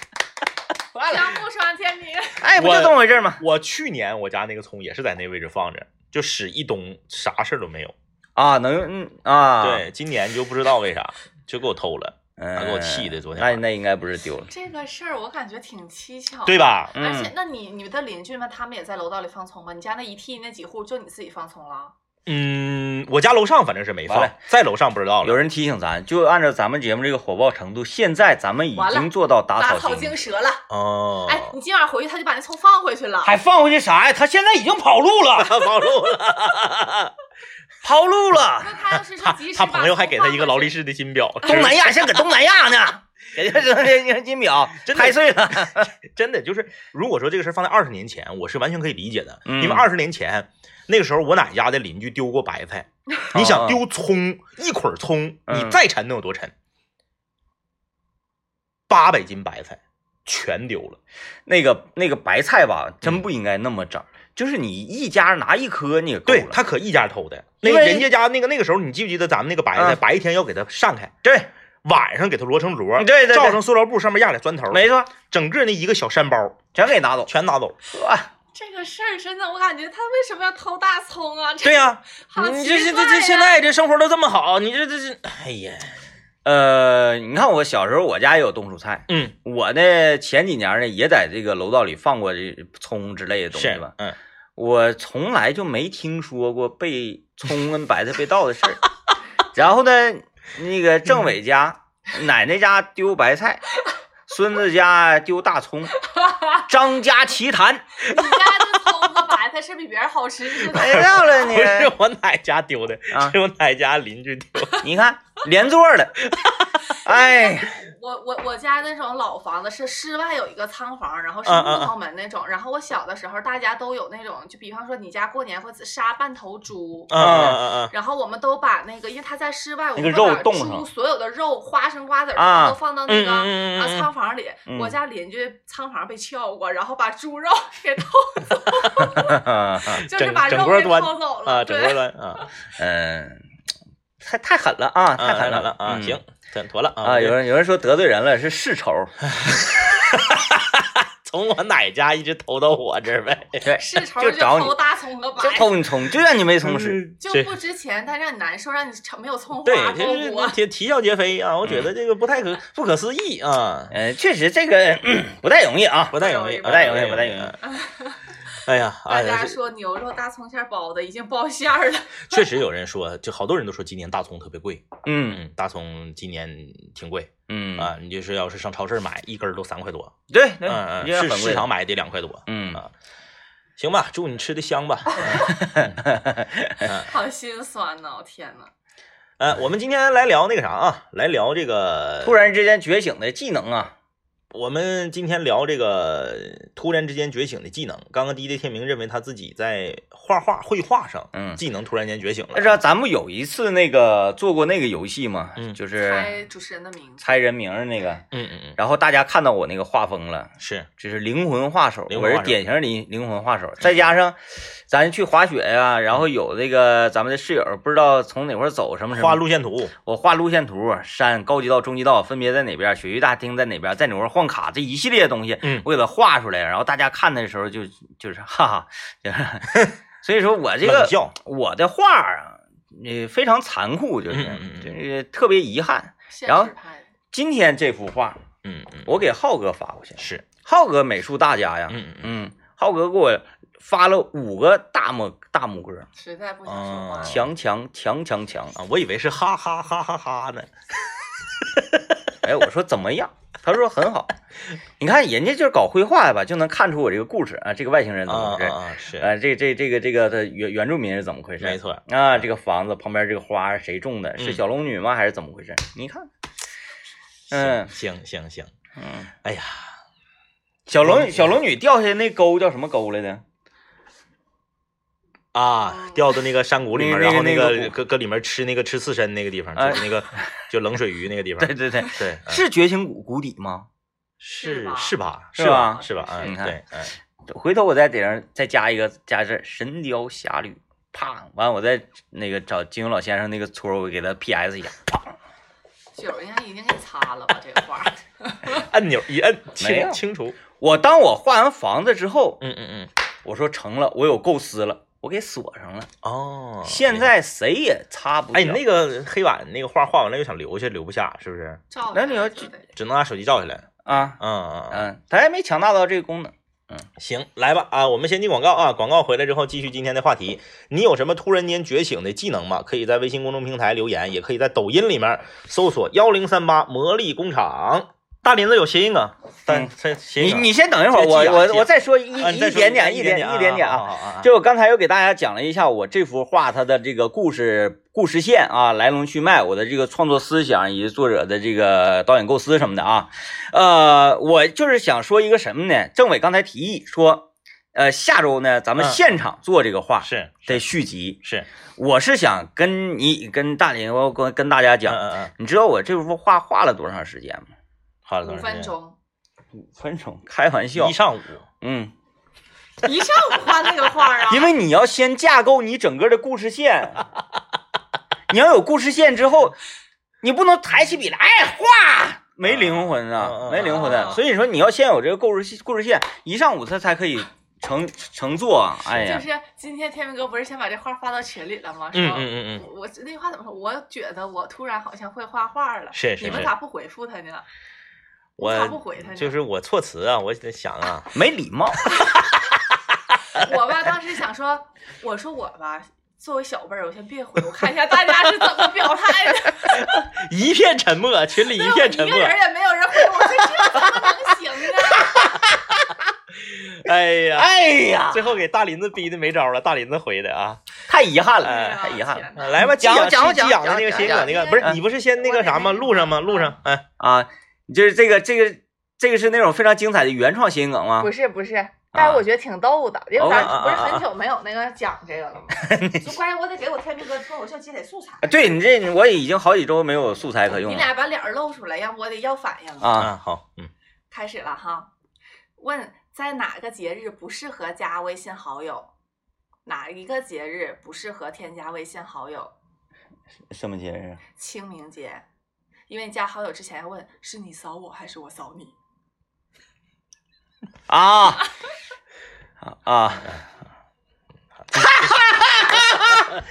Speaker 1: 完了，
Speaker 3: 江户川天明，
Speaker 1: 哎，不就这么回事吗？
Speaker 2: 我去年我家那个葱也是在那位置放着，就使一冬，啥事儿都没有。
Speaker 1: 啊，能用嗯啊，
Speaker 2: 对，今年就不知道为啥就给我偷了，
Speaker 1: 嗯，
Speaker 2: 他给我气的昨天
Speaker 1: 那
Speaker 2: 晚上
Speaker 1: 那应该不是丢了，
Speaker 3: 这个事儿我感觉挺蹊跷，
Speaker 2: 对？吧？
Speaker 1: 嗯
Speaker 3: 而且，那你你们的邻居们他们也在楼道里放葱吗？你家那一屉那几户就你自己放葱了？
Speaker 2: 嗯，我家楼上反正是没
Speaker 1: 完
Speaker 2: 放
Speaker 1: 了，
Speaker 2: 在楼上不知道
Speaker 1: 有
Speaker 2: 了。
Speaker 1: 人提醒咱，就按照咱们节目这个火爆程度，现在咱们已
Speaker 3: 完了
Speaker 1: 经做到打
Speaker 3: 打
Speaker 1: 草
Speaker 3: 草惊蛇了。
Speaker 2: 哦，
Speaker 3: 哎，你今晚回去他就把那葱放回去 了。
Speaker 1: 还放回去啥呀？他现在已经跑路了，
Speaker 2: 他暴露了，
Speaker 1: 跑路了，
Speaker 3: 那他要是说
Speaker 2: 他
Speaker 3: 及时
Speaker 2: 他
Speaker 3: 把
Speaker 2: 朋友还给他一个劳
Speaker 3: 葱
Speaker 2: 力士的金表，
Speaker 1: 东南亚现在搁东南亚 呢，给他扔金表
Speaker 2: 真的
Speaker 1: 拍碎 了，
Speaker 2: 真的就是，如果说这个事儿放在二十年前，我是完全可以理解的，
Speaker 1: 嗯
Speaker 2: 因为二十年前那个时候我奶家的邻居丢过白 菜，你想丢葱一捆儿葱，
Speaker 1: 嗯
Speaker 2: 你再沉能有多沉？八百斤白菜全丢了，
Speaker 1: 那个那个白菜吧，
Speaker 2: 嗯
Speaker 1: 真不应该那么整，就是你一家拿一颗你也够
Speaker 2: 对
Speaker 1: 了，
Speaker 2: 他可一家偷的，那
Speaker 1: 因
Speaker 2: 个
Speaker 1: 为
Speaker 2: 人家家那个那个时候，你记不记得咱们那个白菜
Speaker 1: 嗯
Speaker 2: 白天要给它扇开，
Speaker 1: 对
Speaker 2: 晚上给它摞成摞，
Speaker 1: 对对
Speaker 2: 罩
Speaker 1: 对，
Speaker 2: 成塑料布，上面压俩砖头，
Speaker 1: 没错，
Speaker 2: 整个那一个小山包
Speaker 1: 全给拿走，
Speaker 2: 全拿走。
Speaker 1: 啊，
Speaker 3: 这个事儿真的，我感觉他为什么要偷大葱啊？这
Speaker 2: 对呀、
Speaker 3: 好
Speaker 2: 你
Speaker 3: 奇
Speaker 2: 这这这
Speaker 3: 怪
Speaker 2: 这
Speaker 3: 呀
Speaker 2: 现在这生活都这么好，你这这这，哎呀，
Speaker 1: 呃，你看我小时候我家也有冬储菜，
Speaker 2: 嗯，
Speaker 1: 我呢前几年呢也在这个楼道里放过这葱之类的东西
Speaker 2: 是
Speaker 1: 吧，，
Speaker 2: 嗯，
Speaker 1: 我从来就没听说过被葱跟白菜被盗的 事儿。然后呢，那个
Speaker 2: 嗯
Speaker 1: 政委家、奶奶家丢白菜，孙子家丢大葱， 张家奇谈，
Speaker 3: 你家这葱和白菜是比别人好吃，你知道 吗
Speaker 1: 没料哎了
Speaker 2: 不
Speaker 1: 你
Speaker 2: 是我奶家丢的，
Speaker 1: 啊
Speaker 2: 是我奶家邻居丢的。
Speaker 1: 你看连座的，哎，
Speaker 3: 我我我家那种老房子是室外有一个仓房，然后是
Speaker 2: 嗯嗯
Speaker 3: 木头门那种。然后我小的时候，大家都有那种，就比方说你家过年会杀半头猪。
Speaker 1: 啊
Speaker 2: 嗯嗯嗯
Speaker 3: 然后我们都把那个，因为它在室外，我
Speaker 1: 那个
Speaker 3: 们会
Speaker 1: 肉
Speaker 3: 把
Speaker 1: 冻
Speaker 3: 猪
Speaker 1: 上
Speaker 3: 所有的肉、花生、瓜子儿
Speaker 1: 啊
Speaker 3: 都放到那
Speaker 2: 嗯
Speaker 3: 个
Speaker 2: 嗯嗯
Speaker 3: 啊
Speaker 2: 嗯
Speaker 3: 仓房里。
Speaker 1: 嗯
Speaker 3: 我家邻居仓房被撬过，然后把猪肉 给偷，就是
Speaker 2: 整
Speaker 3: 把
Speaker 2: 整
Speaker 3: 肉
Speaker 2: 锅
Speaker 3: 给
Speaker 2: 端
Speaker 3: 偷走
Speaker 2: 嗯
Speaker 3: 了。
Speaker 2: 啊，整
Speaker 3: 对。
Speaker 2: 个乱 啊，
Speaker 1: 嗯，太太狠了啊，
Speaker 2: 啊
Speaker 1: 太
Speaker 2: 太
Speaker 1: 狠
Speaker 2: 狠了啊，
Speaker 1: 嗯
Speaker 2: 行，嗯妥妥了
Speaker 1: 啊，有
Speaker 2: 人
Speaker 1: 人有人说得罪人了是世 仇，
Speaker 2: 从我奶家一直偷到我这儿 呗，
Speaker 1: 对，
Speaker 3: 是头
Speaker 1: 就
Speaker 3: 就
Speaker 1: 找你
Speaker 3: 偷大葱和白
Speaker 1: 就
Speaker 3: 菜，
Speaker 1: 偷你葱，就让你没葱吃。
Speaker 2: 嗯
Speaker 3: 就
Speaker 2: 对
Speaker 3: 不值钱，但让你难受，让你尝没有葱
Speaker 2: 对
Speaker 3: 花，
Speaker 2: 这是
Speaker 3: 多
Speaker 2: 那
Speaker 3: 我。
Speaker 2: 啼啼笑皆非啊，我觉得这个不太可不可思议啊，
Speaker 1: 嗯、确实这个 咳不太容易啊。
Speaker 2: 不太容易，
Speaker 3: 不
Speaker 1: 太容易
Speaker 2: 啊
Speaker 1: 不太容易。
Speaker 2: 哎呀，
Speaker 3: 大
Speaker 2: 哎
Speaker 3: 家
Speaker 2: 呀，
Speaker 3: 说牛肉大葱馅儿包的已经包馅儿了，
Speaker 2: 确实有人说，就好多人都说今年大葱特别贵，
Speaker 1: 嗯
Speaker 2: 嗯，大葱今年挺贵
Speaker 1: 嗯
Speaker 2: 啊，你就是要是上超市买一根儿都三块多，
Speaker 1: 对对，
Speaker 2: 嗯嗯，
Speaker 1: 应该
Speaker 2: 是
Speaker 1: 很贵
Speaker 2: 市
Speaker 1: 的。
Speaker 2: 场买得两块多，
Speaker 1: 嗯
Speaker 2: 啊行吧，祝你吃的香吧。
Speaker 3: 好心酸呐！我天呐，
Speaker 2: 呃，我们今天来聊那个啥啊，来聊这个
Speaker 1: 突然之间觉醒的技能啊，
Speaker 2: 我们今天聊这个突然之间觉醒的技能。刚刚 DJ 天明认为他自己在画画绘画上，
Speaker 1: 嗯
Speaker 2: 技能突然间觉醒
Speaker 1: 那
Speaker 2: 了。
Speaker 1: 知道咱不有一次那个做过那个游戏吗？
Speaker 2: 嗯
Speaker 1: 就是
Speaker 3: 猜主持人的名字，
Speaker 1: 猜人名儿那个，
Speaker 2: 嗯嗯嗯，
Speaker 1: 然后大家看到我那个画风了。
Speaker 2: 是，
Speaker 1: 这是灵魂画手，
Speaker 2: 灵
Speaker 1: 我
Speaker 2: 魂画
Speaker 1: 是
Speaker 2: 手
Speaker 1: 典型灵灵魂画手，再加上咱去滑雪呀、然
Speaker 2: 嗯
Speaker 1: 后有这个咱们的室友不知道从哪块儿走什么什么，
Speaker 2: 画路线图，
Speaker 1: 我画路线图，啊山、高级道、中级道分别在哪边，雪域大厅在哪边，在哪块换卡，这一系列东西，
Speaker 2: 嗯
Speaker 1: 我给它画出来，然后大家看的时候就就是哈哈，就是 所以说我这
Speaker 2: 冷
Speaker 1: 个
Speaker 2: 笑，
Speaker 1: 我的画啊，呃，非常残酷，就是
Speaker 2: 嗯嗯嗯
Speaker 1: 就是特别遗憾。
Speaker 3: 现
Speaker 1: 然后
Speaker 3: 实派的，
Speaker 1: 今天这幅画
Speaker 2: 嗯嗯，
Speaker 1: 我给浩哥发过去，
Speaker 2: 是，
Speaker 1: 浩哥美术大家呀，
Speaker 2: 嗯嗯嗯，
Speaker 1: 嗯，浩哥给我发了五个大拇大拇哥，
Speaker 3: 实在不想说话
Speaker 2: 啊
Speaker 3: 了。
Speaker 1: 强强强强强，
Speaker 2: 啊，我以为是哈哈哈哈哈呢。
Speaker 1: 哎，我说怎么样？他说很 好。你看人家就是搞绘画的吧，就能看出我这个故事啊，这个外星人怎么
Speaker 2: 啊
Speaker 1: 回
Speaker 2: 啊
Speaker 1: 事？
Speaker 2: 啊，是，
Speaker 1: 啊，这这这个这个的原原住民是怎么回事？
Speaker 2: 没。错，
Speaker 1: 啊，这个房子旁边这个花是谁种的？是
Speaker 2: 嗯
Speaker 1: 小龙女吗？还是怎么回事？你看，嗯
Speaker 2: 行行行，
Speaker 1: 嗯，
Speaker 2: 哎呀，
Speaker 1: 小龙小龙女掉下那沟叫什么沟来的？
Speaker 2: 啊，掉到那个山谷里面，
Speaker 1: 那
Speaker 2: 然后
Speaker 1: 那个那
Speaker 2: 个
Speaker 1: 个谷
Speaker 2: 搁搁里面吃那个吃刺身那个地方，
Speaker 1: 哎
Speaker 2: 就是那个就冷水鱼那个地 方
Speaker 1: 对，对对，
Speaker 2: 对，嗯
Speaker 1: 是绝情谷谷底吗？
Speaker 3: 是
Speaker 2: 是
Speaker 3: 吧
Speaker 1: 是
Speaker 2: 是吧吧
Speaker 1: 吧
Speaker 2: 是吧？嗯，
Speaker 1: 你看
Speaker 2: 对，嗯，
Speaker 1: 回头我再顶上再加一个加这《神雕侠侣》，啪，完我再那个找金庸老先生那个戳，我给他 PS 一下，
Speaker 3: 九应该已经给擦了吧？这个画儿，
Speaker 2: 按钮一摁
Speaker 1: 没
Speaker 2: 清
Speaker 1: 有
Speaker 2: 清除，
Speaker 1: 我当我画完房子之后，
Speaker 2: 嗯嗯嗯，
Speaker 1: 我说成了，我有构思了，我给锁上了。
Speaker 2: 哦，
Speaker 1: 现在谁也擦不掉。
Speaker 2: 哎，你那个黑板那个画画完了又想留下，留不下，是不是？
Speaker 3: 照
Speaker 1: 那你要
Speaker 3: 就得
Speaker 2: 只能拿手机照下来。
Speaker 1: 啊，
Speaker 2: 嗯嗯嗯，
Speaker 1: 嗯，他还没强大到这个功能。
Speaker 2: 行，来吧啊，我们先进广告啊，广告回来之后继续今天的话题。你有什么突然间觉醒的技能吗？可以在微信公众平台留言，也可以在抖音里面搜索幺零三八魔力工厂。大林子有谐音梗，但
Speaker 1: 嗯
Speaker 2: 这谐音
Speaker 1: 你
Speaker 2: 梗
Speaker 1: 你先等一会儿，
Speaker 2: 这个
Speaker 1: 我
Speaker 2: 记啊记啊
Speaker 1: 我我再说一
Speaker 2: 啊你再
Speaker 1: 一
Speaker 2: 说
Speaker 1: 点点
Speaker 2: 一
Speaker 1: 一
Speaker 2: 点
Speaker 1: 点
Speaker 2: 点
Speaker 1: 一点点
Speaker 2: 啊，
Speaker 1: 啊。
Speaker 2: 好好好
Speaker 1: 就我刚才又给大家讲了一下我这幅画它的这个故事故事线啊，来龙去脉，我的这个创作思想以及作者的这个导演构思什么的啊。呃，我就是想说一个什么呢？政委刚才提议说，呃，下周呢咱们
Speaker 2: 嗯
Speaker 1: 现场做这个画
Speaker 2: 是
Speaker 1: 的续集。
Speaker 2: 是，
Speaker 1: 我是想跟你跟大林，我跟跟大家
Speaker 2: 嗯
Speaker 1: 讲，
Speaker 2: 嗯嗯，
Speaker 1: 你知道我这幅画画了多长时间吗？
Speaker 2: 好了，
Speaker 3: 五分，钟，
Speaker 1: 五分钟，开玩笑
Speaker 2: 一。上午，
Speaker 1: 嗯，
Speaker 3: 一上午画那个画儿啊，
Speaker 1: 因为你要先架构你整个的故事线， 你要有故事线之后，你不能抬起笔来，哎，画没灵魂
Speaker 2: 嗯嗯
Speaker 1: 啊
Speaker 2: 嗯，
Speaker 1: 没灵魂
Speaker 3: 嗯
Speaker 1: 的。
Speaker 3: 嗯
Speaker 1: 所以说你要先有这个故事线，故事线一上午它才可以成成作啊。哎
Speaker 3: 就
Speaker 1: 呀，
Speaker 3: 是今天天明哥不是先把这画发到群里了吗？说
Speaker 2: 嗯嗯嗯嗯，
Speaker 3: 我我那话怎么说？我觉得我突然好像会画画了，
Speaker 2: 是是
Speaker 3: 你们
Speaker 2: 是
Speaker 3: 咋不回复他呢？你咋不
Speaker 2: 我
Speaker 3: 回他呢？
Speaker 2: 就是我措辞啊，我得想啊，
Speaker 1: 没礼 貌。
Speaker 3: 我吧，当时想说，我说我吧，作为小辈儿，我先别回，我看一下大家是怎么表态 的。
Speaker 2: 一片沉默，群里一片沉
Speaker 3: 一
Speaker 2: 默
Speaker 3: 个。人也没有人回，我说这怎么能行 啊？
Speaker 2: 哎呀，
Speaker 1: 哎呀，
Speaker 2: 最后给大林子逼的没招了，大林子回的啊，
Speaker 1: 太遗憾
Speaker 2: 哎
Speaker 1: 了，
Speaker 3: 呀
Speaker 1: 太遗憾了啊
Speaker 3: 天哪
Speaker 2: 呃来吧，
Speaker 1: 讲
Speaker 2: 寄养
Speaker 1: 讲
Speaker 2: 寄
Speaker 1: 讲
Speaker 2: 养的那个
Speaker 1: 讲
Speaker 2: 谐音梗那个，
Speaker 3: 讲
Speaker 2: 不是
Speaker 1: 嗯
Speaker 2: 你不是先那个啥吗？
Speaker 3: 我得
Speaker 2: 录上吗？录上，哎，
Speaker 1: 啊！就是这个这个这个是那种非常精彩的原创谐音梗啊吗？
Speaker 3: 不是不是，但是我觉得挺逗的，因为
Speaker 1: 哦
Speaker 3: 咱
Speaker 1: 啊
Speaker 3: 不是
Speaker 1: 啊啊
Speaker 3: 很久没有那个讲这个了 吗？就关键我得给我天明哥脱口秀积累素材
Speaker 1: 啊，。对你这我已经好几周没哎有素材可用
Speaker 3: 你
Speaker 1: 了
Speaker 3: 俩把脸儿露出来，要不我得要反应了。
Speaker 1: 啊！
Speaker 2: 啊，好，嗯，
Speaker 3: 开始了哈，问在哪个节日不适合加微信好友？哪一个节日不适合添加微信好友？
Speaker 1: 什么节日？啊
Speaker 3: 清明节，因为你加好友之前要问是你扫我还是我扫你。
Speaker 1: 啊啊啊！
Speaker 2: 哎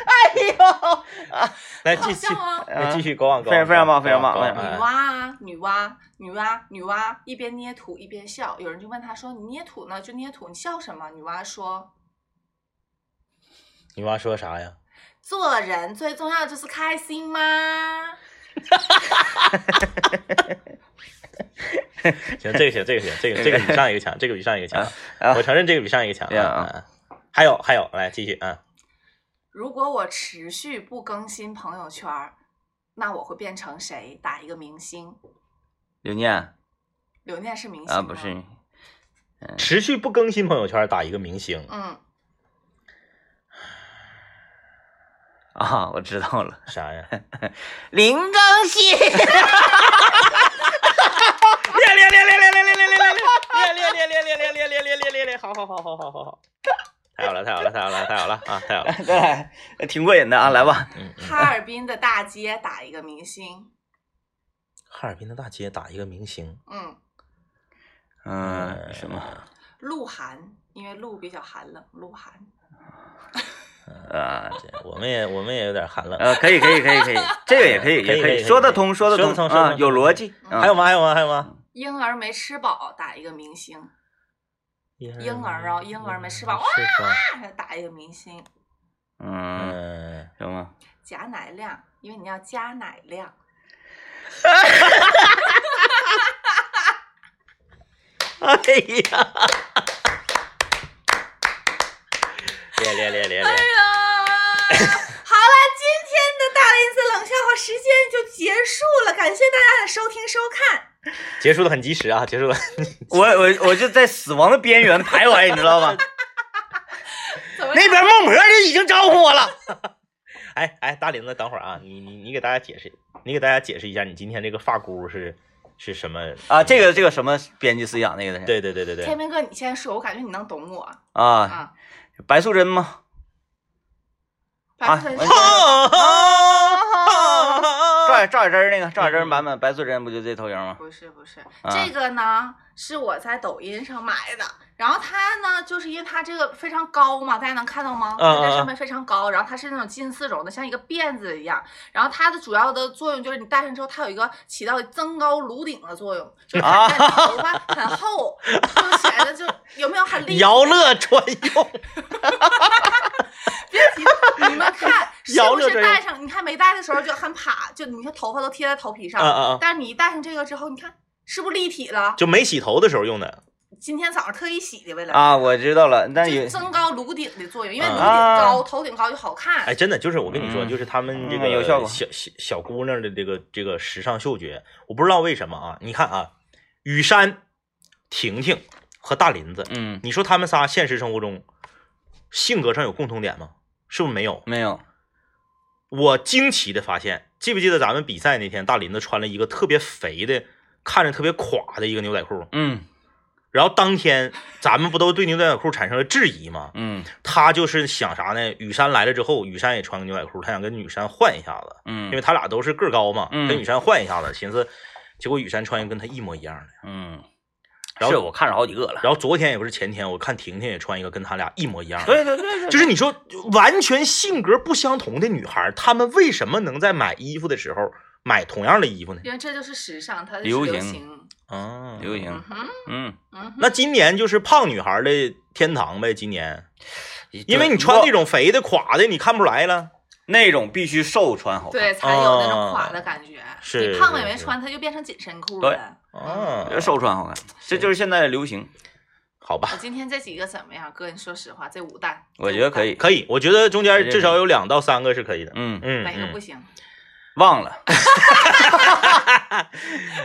Speaker 2: 来
Speaker 3: 好
Speaker 2: 继继
Speaker 3: 笑
Speaker 1: 哎
Speaker 3: 吗？
Speaker 2: 来继续狗往狗往，
Speaker 1: 非常非常棒
Speaker 2: 狗往
Speaker 1: 非常棒
Speaker 2: 狗往
Speaker 1: 哎
Speaker 3: 女娲啊，女娲，女娲，女娲，一边捏土一边笑。有人就问她说：“你捏土呢？就捏土，你笑什么？”女娲说
Speaker 2: 女娲说啥呀？：“
Speaker 3: 做人最重要的就是开心嘛。
Speaker 2: 行，这个行，这个行，这个这个比上一个强，这个比上一个强
Speaker 1: 啊，
Speaker 2: 哎我承认这个比上一个强
Speaker 1: 对啊
Speaker 2: 啊。还有还有，来继续啊，
Speaker 3: 如果我持续不更新朋友圈儿，那我会变成谁？打一个明星，
Speaker 1: 刘念
Speaker 3: 刘念是明星
Speaker 1: 啊，
Speaker 3: 吗嗯
Speaker 1: 不是，
Speaker 2: 持续不更新朋友圈打一个明星
Speaker 3: 嗯，
Speaker 1: 啊，我知道了，
Speaker 2: 啥呀？
Speaker 1: 林更 新。
Speaker 2: 练练练练练练练练练 练练练练练练练练练练练练，好好好好好好好，太好了太好了太好了太好了啊太好了，
Speaker 1: 再来，挺过瘾的啊，来吧，
Speaker 2: 嗯嗯，
Speaker 3: 哈尔滨的大街打一个明星，
Speaker 2: 哈尔滨的大街打一个明星，
Speaker 3: 嗯，
Speaker 2: 呃
Speaker 1: 嗯，什么？
Speaker 3: 鹿晗，因为鹿比较寒冷，鹿晗，
Speaker 1: 呃
Speaker 2: 我们也我们也有点寒冷，
Speaker 1: 呃，可以可以可以可以，这个也可以
Speaker 2: 可以
Speaker 1: 也
Speaker 2: 可以可以
Speaker 1: 说得通说得
Speaker 2: 说得通说得
Speaker 1: 啊，
Speaker 2: 通
Speaker 1: 有逻辑。
Speaker 3: 嗯
Speaker 2: 还有吗还有吗还有吗？
Speaker 3: 婴儿没吃饱打一个明星，
Speaker 2: 婴
Speaker 3: 婴儿啊婴儿没吃饱
Speaker 2: 吃饱，
Speaker 3: 啊打一个明星，
Speaker 1: 嗯，
Speaker 2: 嗯，
Speaker 1: 什么？
Speaker 3: 贾乃亮，因为你要加奶量，
Speaker 2: 哎呀。练练练练练，
Speaker 3: 哎呀， 好了，今天的大林子冷笑话时间就结束了，感谢大家的收听收看。
Speaker 2: 结束的很及时啊，结束的。
Speaker 1: 我我我就在死亡的边缘徘徊，你知道吗？
Speaker 3: 怎么
Speaker 1: 那边孟婆就已经招呼我了。
Speaker 2: 哎哎，大林子，等会儿啊，你你你给大家解释，你给大家解释一下，你今天这个发箍是是什么
Speaker 1: 啊，这个这个什么编辑思想那个的是
Speaker 2: 对对对对
Speaker 3: 天
Speaker 2: 对，
Speaker 3: 明哥，你先说，我感觉你能懂我
Speaker 1: 啊，
Speaker 3: 啊。
Speaker 1: 白素贞吗？
Speaker 3: 白素贞
Speaker 1: 啊
Speaker 3: 是哦
Speaker 1: 赵赵小珍那个赵小珍版
Speaker 2: 嗯
Speaker 1: 本白素贞不就这头型吗？
Speaker 3: 不是不是，
Speaker 1: 啊
Speaker 3: 这个呢是我在抖音上买的。然后它呢，就是因为它这个非常高嘛，大家能看到吗？
Speaker 2: 嗯
Speaker 3: 它在
Speaker 2: 嗯
Speaker 3: 上
Speaker 2: 嗯
Speaker 3: 面非常高，然后它是那种金丝绒的，像一个辫子一样。然后它的主要的作用就是你戴上之后，它有一个起到增高颅顶的作用，就是
Speaker 1: 啊
Speaker 3: 看起来你头 发很厚，就显得就有没有很立体
Speaker 2: 姚乐专用，
Speaker 3: 别急，你们看是
Speaker 2: 摇
Speaker 3: 不
Speaker 2: 着
Speaker 3: 是
Speaker 2: 这
Speaker 3: 戴上？你看没戴的时候就很趴，就你看头发都贴在头皮
Speaker 2: 啊
Speaker 3: 上，
Speaker 2: 啊啊，
Speaker 3: 但是你一戴上这个之后，你看是不是立体了？
Speaker 2: 就没洗头的时候用的。
Speaker 3: 今天早上特意洗的，为了
Speaker 1: 啊，我知道了，那
Speaker 3: 这
Speaker 1: 有
Speaker 3: 是增高颅顶的作用，因为
Speaker 2: 啊
Speaker 3: 颅顶高，头顶高就好
Speaker 2: 哎，
Speaker 3: 看。
Speaker 2: 真的就是我跟你说，
Speaker 1: 嗯
Speaker 2: 就是他们这
Speaker 1: 嗯
Speaker 2: 个
Speaker 1: 有效果
Speaker 2: 小小小姑娘的这个这个时尚嗅觉，我不知道为什么啊。你看啊，雨山、婷婷和大林子，
Speaker 1: 嗯
Speaker 2: 你说他们仨现实生活中性格上有共同点吗？是不是没有？
Speaker 1: 没有
Speaker 2: 我惊奇的发现，记不记得咱们比赛那天，大林子穿了一个特别肥的，看着特别垮的一个牛仔裤。
Speaker 1: 嗯
Speaker 2: 然后当天咱们不都对牛仔裤产生了质疑吗？
Speaker 1: 嗯
Speaker 2: 他就是想啥呢？雨山来了之后，雨山也穿个牛仔裤，他想跟雨山换一下子，因为
Speaker 1: 嗯
Speaker 2: 他俩都是个儿高嘛，
Speaker 1: 嗯
Speaker 2: 跟雨山换一下子，寻思，结果雨山穿一个跟他一模一样的。
Speaker 1: 嗯，
Speaker 2: 然后
Speaker 1: 是我看着好几个了。
Speaker 2: 然后昨天也不是前天，我看婷婷也穿一个跟他俩一模一样的。
Speaker 1: 对对对对，
Speaker 2: 就是你说完全性格不相同的女孩，她们为什么能在买衣服的时候买同样的衣服呢？
Speaker 3: 因为这就是时尚，它是
Speaker 1: 流
Speaker 3: 流
Speaker 1: 行
Speaker 3: 行。
Speaker 2: 啊，
Speaker 1: 流
Speaker 3: 嗯
Speaker 1: 行，
Speaker 3: 哼，
Speaker 1: 嗯，
Speaker 3: 嗯哼，
Speaker 2: 那今年就是胖女孩的天堂呗，今年，
Speaker 1: 嗯
Speaker 2: 因为你穿
Speaker 1: 我
Speaker 2: 那种肥的垮的，你看不出来了。
Speaker 1: 那种必须瘦穿好看。
Speaker 3: 对，才有那种垮的感觉。
Speaker 2: 是
Speaker 3: 你胖了也
Speaker 2: 是
Speaker 3: 没
Speaker 2: 是
Speaker 3: 穿，它就变成紧身裤
Speaker 1: 对哦
Speaker 3: 了。嗯
Speaker 2: 啊，
Speaker 1: 呃瘦穿好看，这就是现在的流行，
Speaker 2: 好
Speaker 3: 我
Speaker 2: 吧，
Speaker 3: 今天这几个怎么样，哥？你说实话，这五弹，
Speaker 1: 我
Speaker 3: 这
Speaker 1: 觉得
Speaker 3: 五弹
Speaker 1: 可以。
Speaker 2: 可以，我觉得中间至少有两到三个是可以的。
Speaker 1: 嗯，
Speaker 2: 嗯，
Speaker 3: 哪个
Speaker 2: 嗯
Speaker 3: 不行？
Speaker 1: 忘了，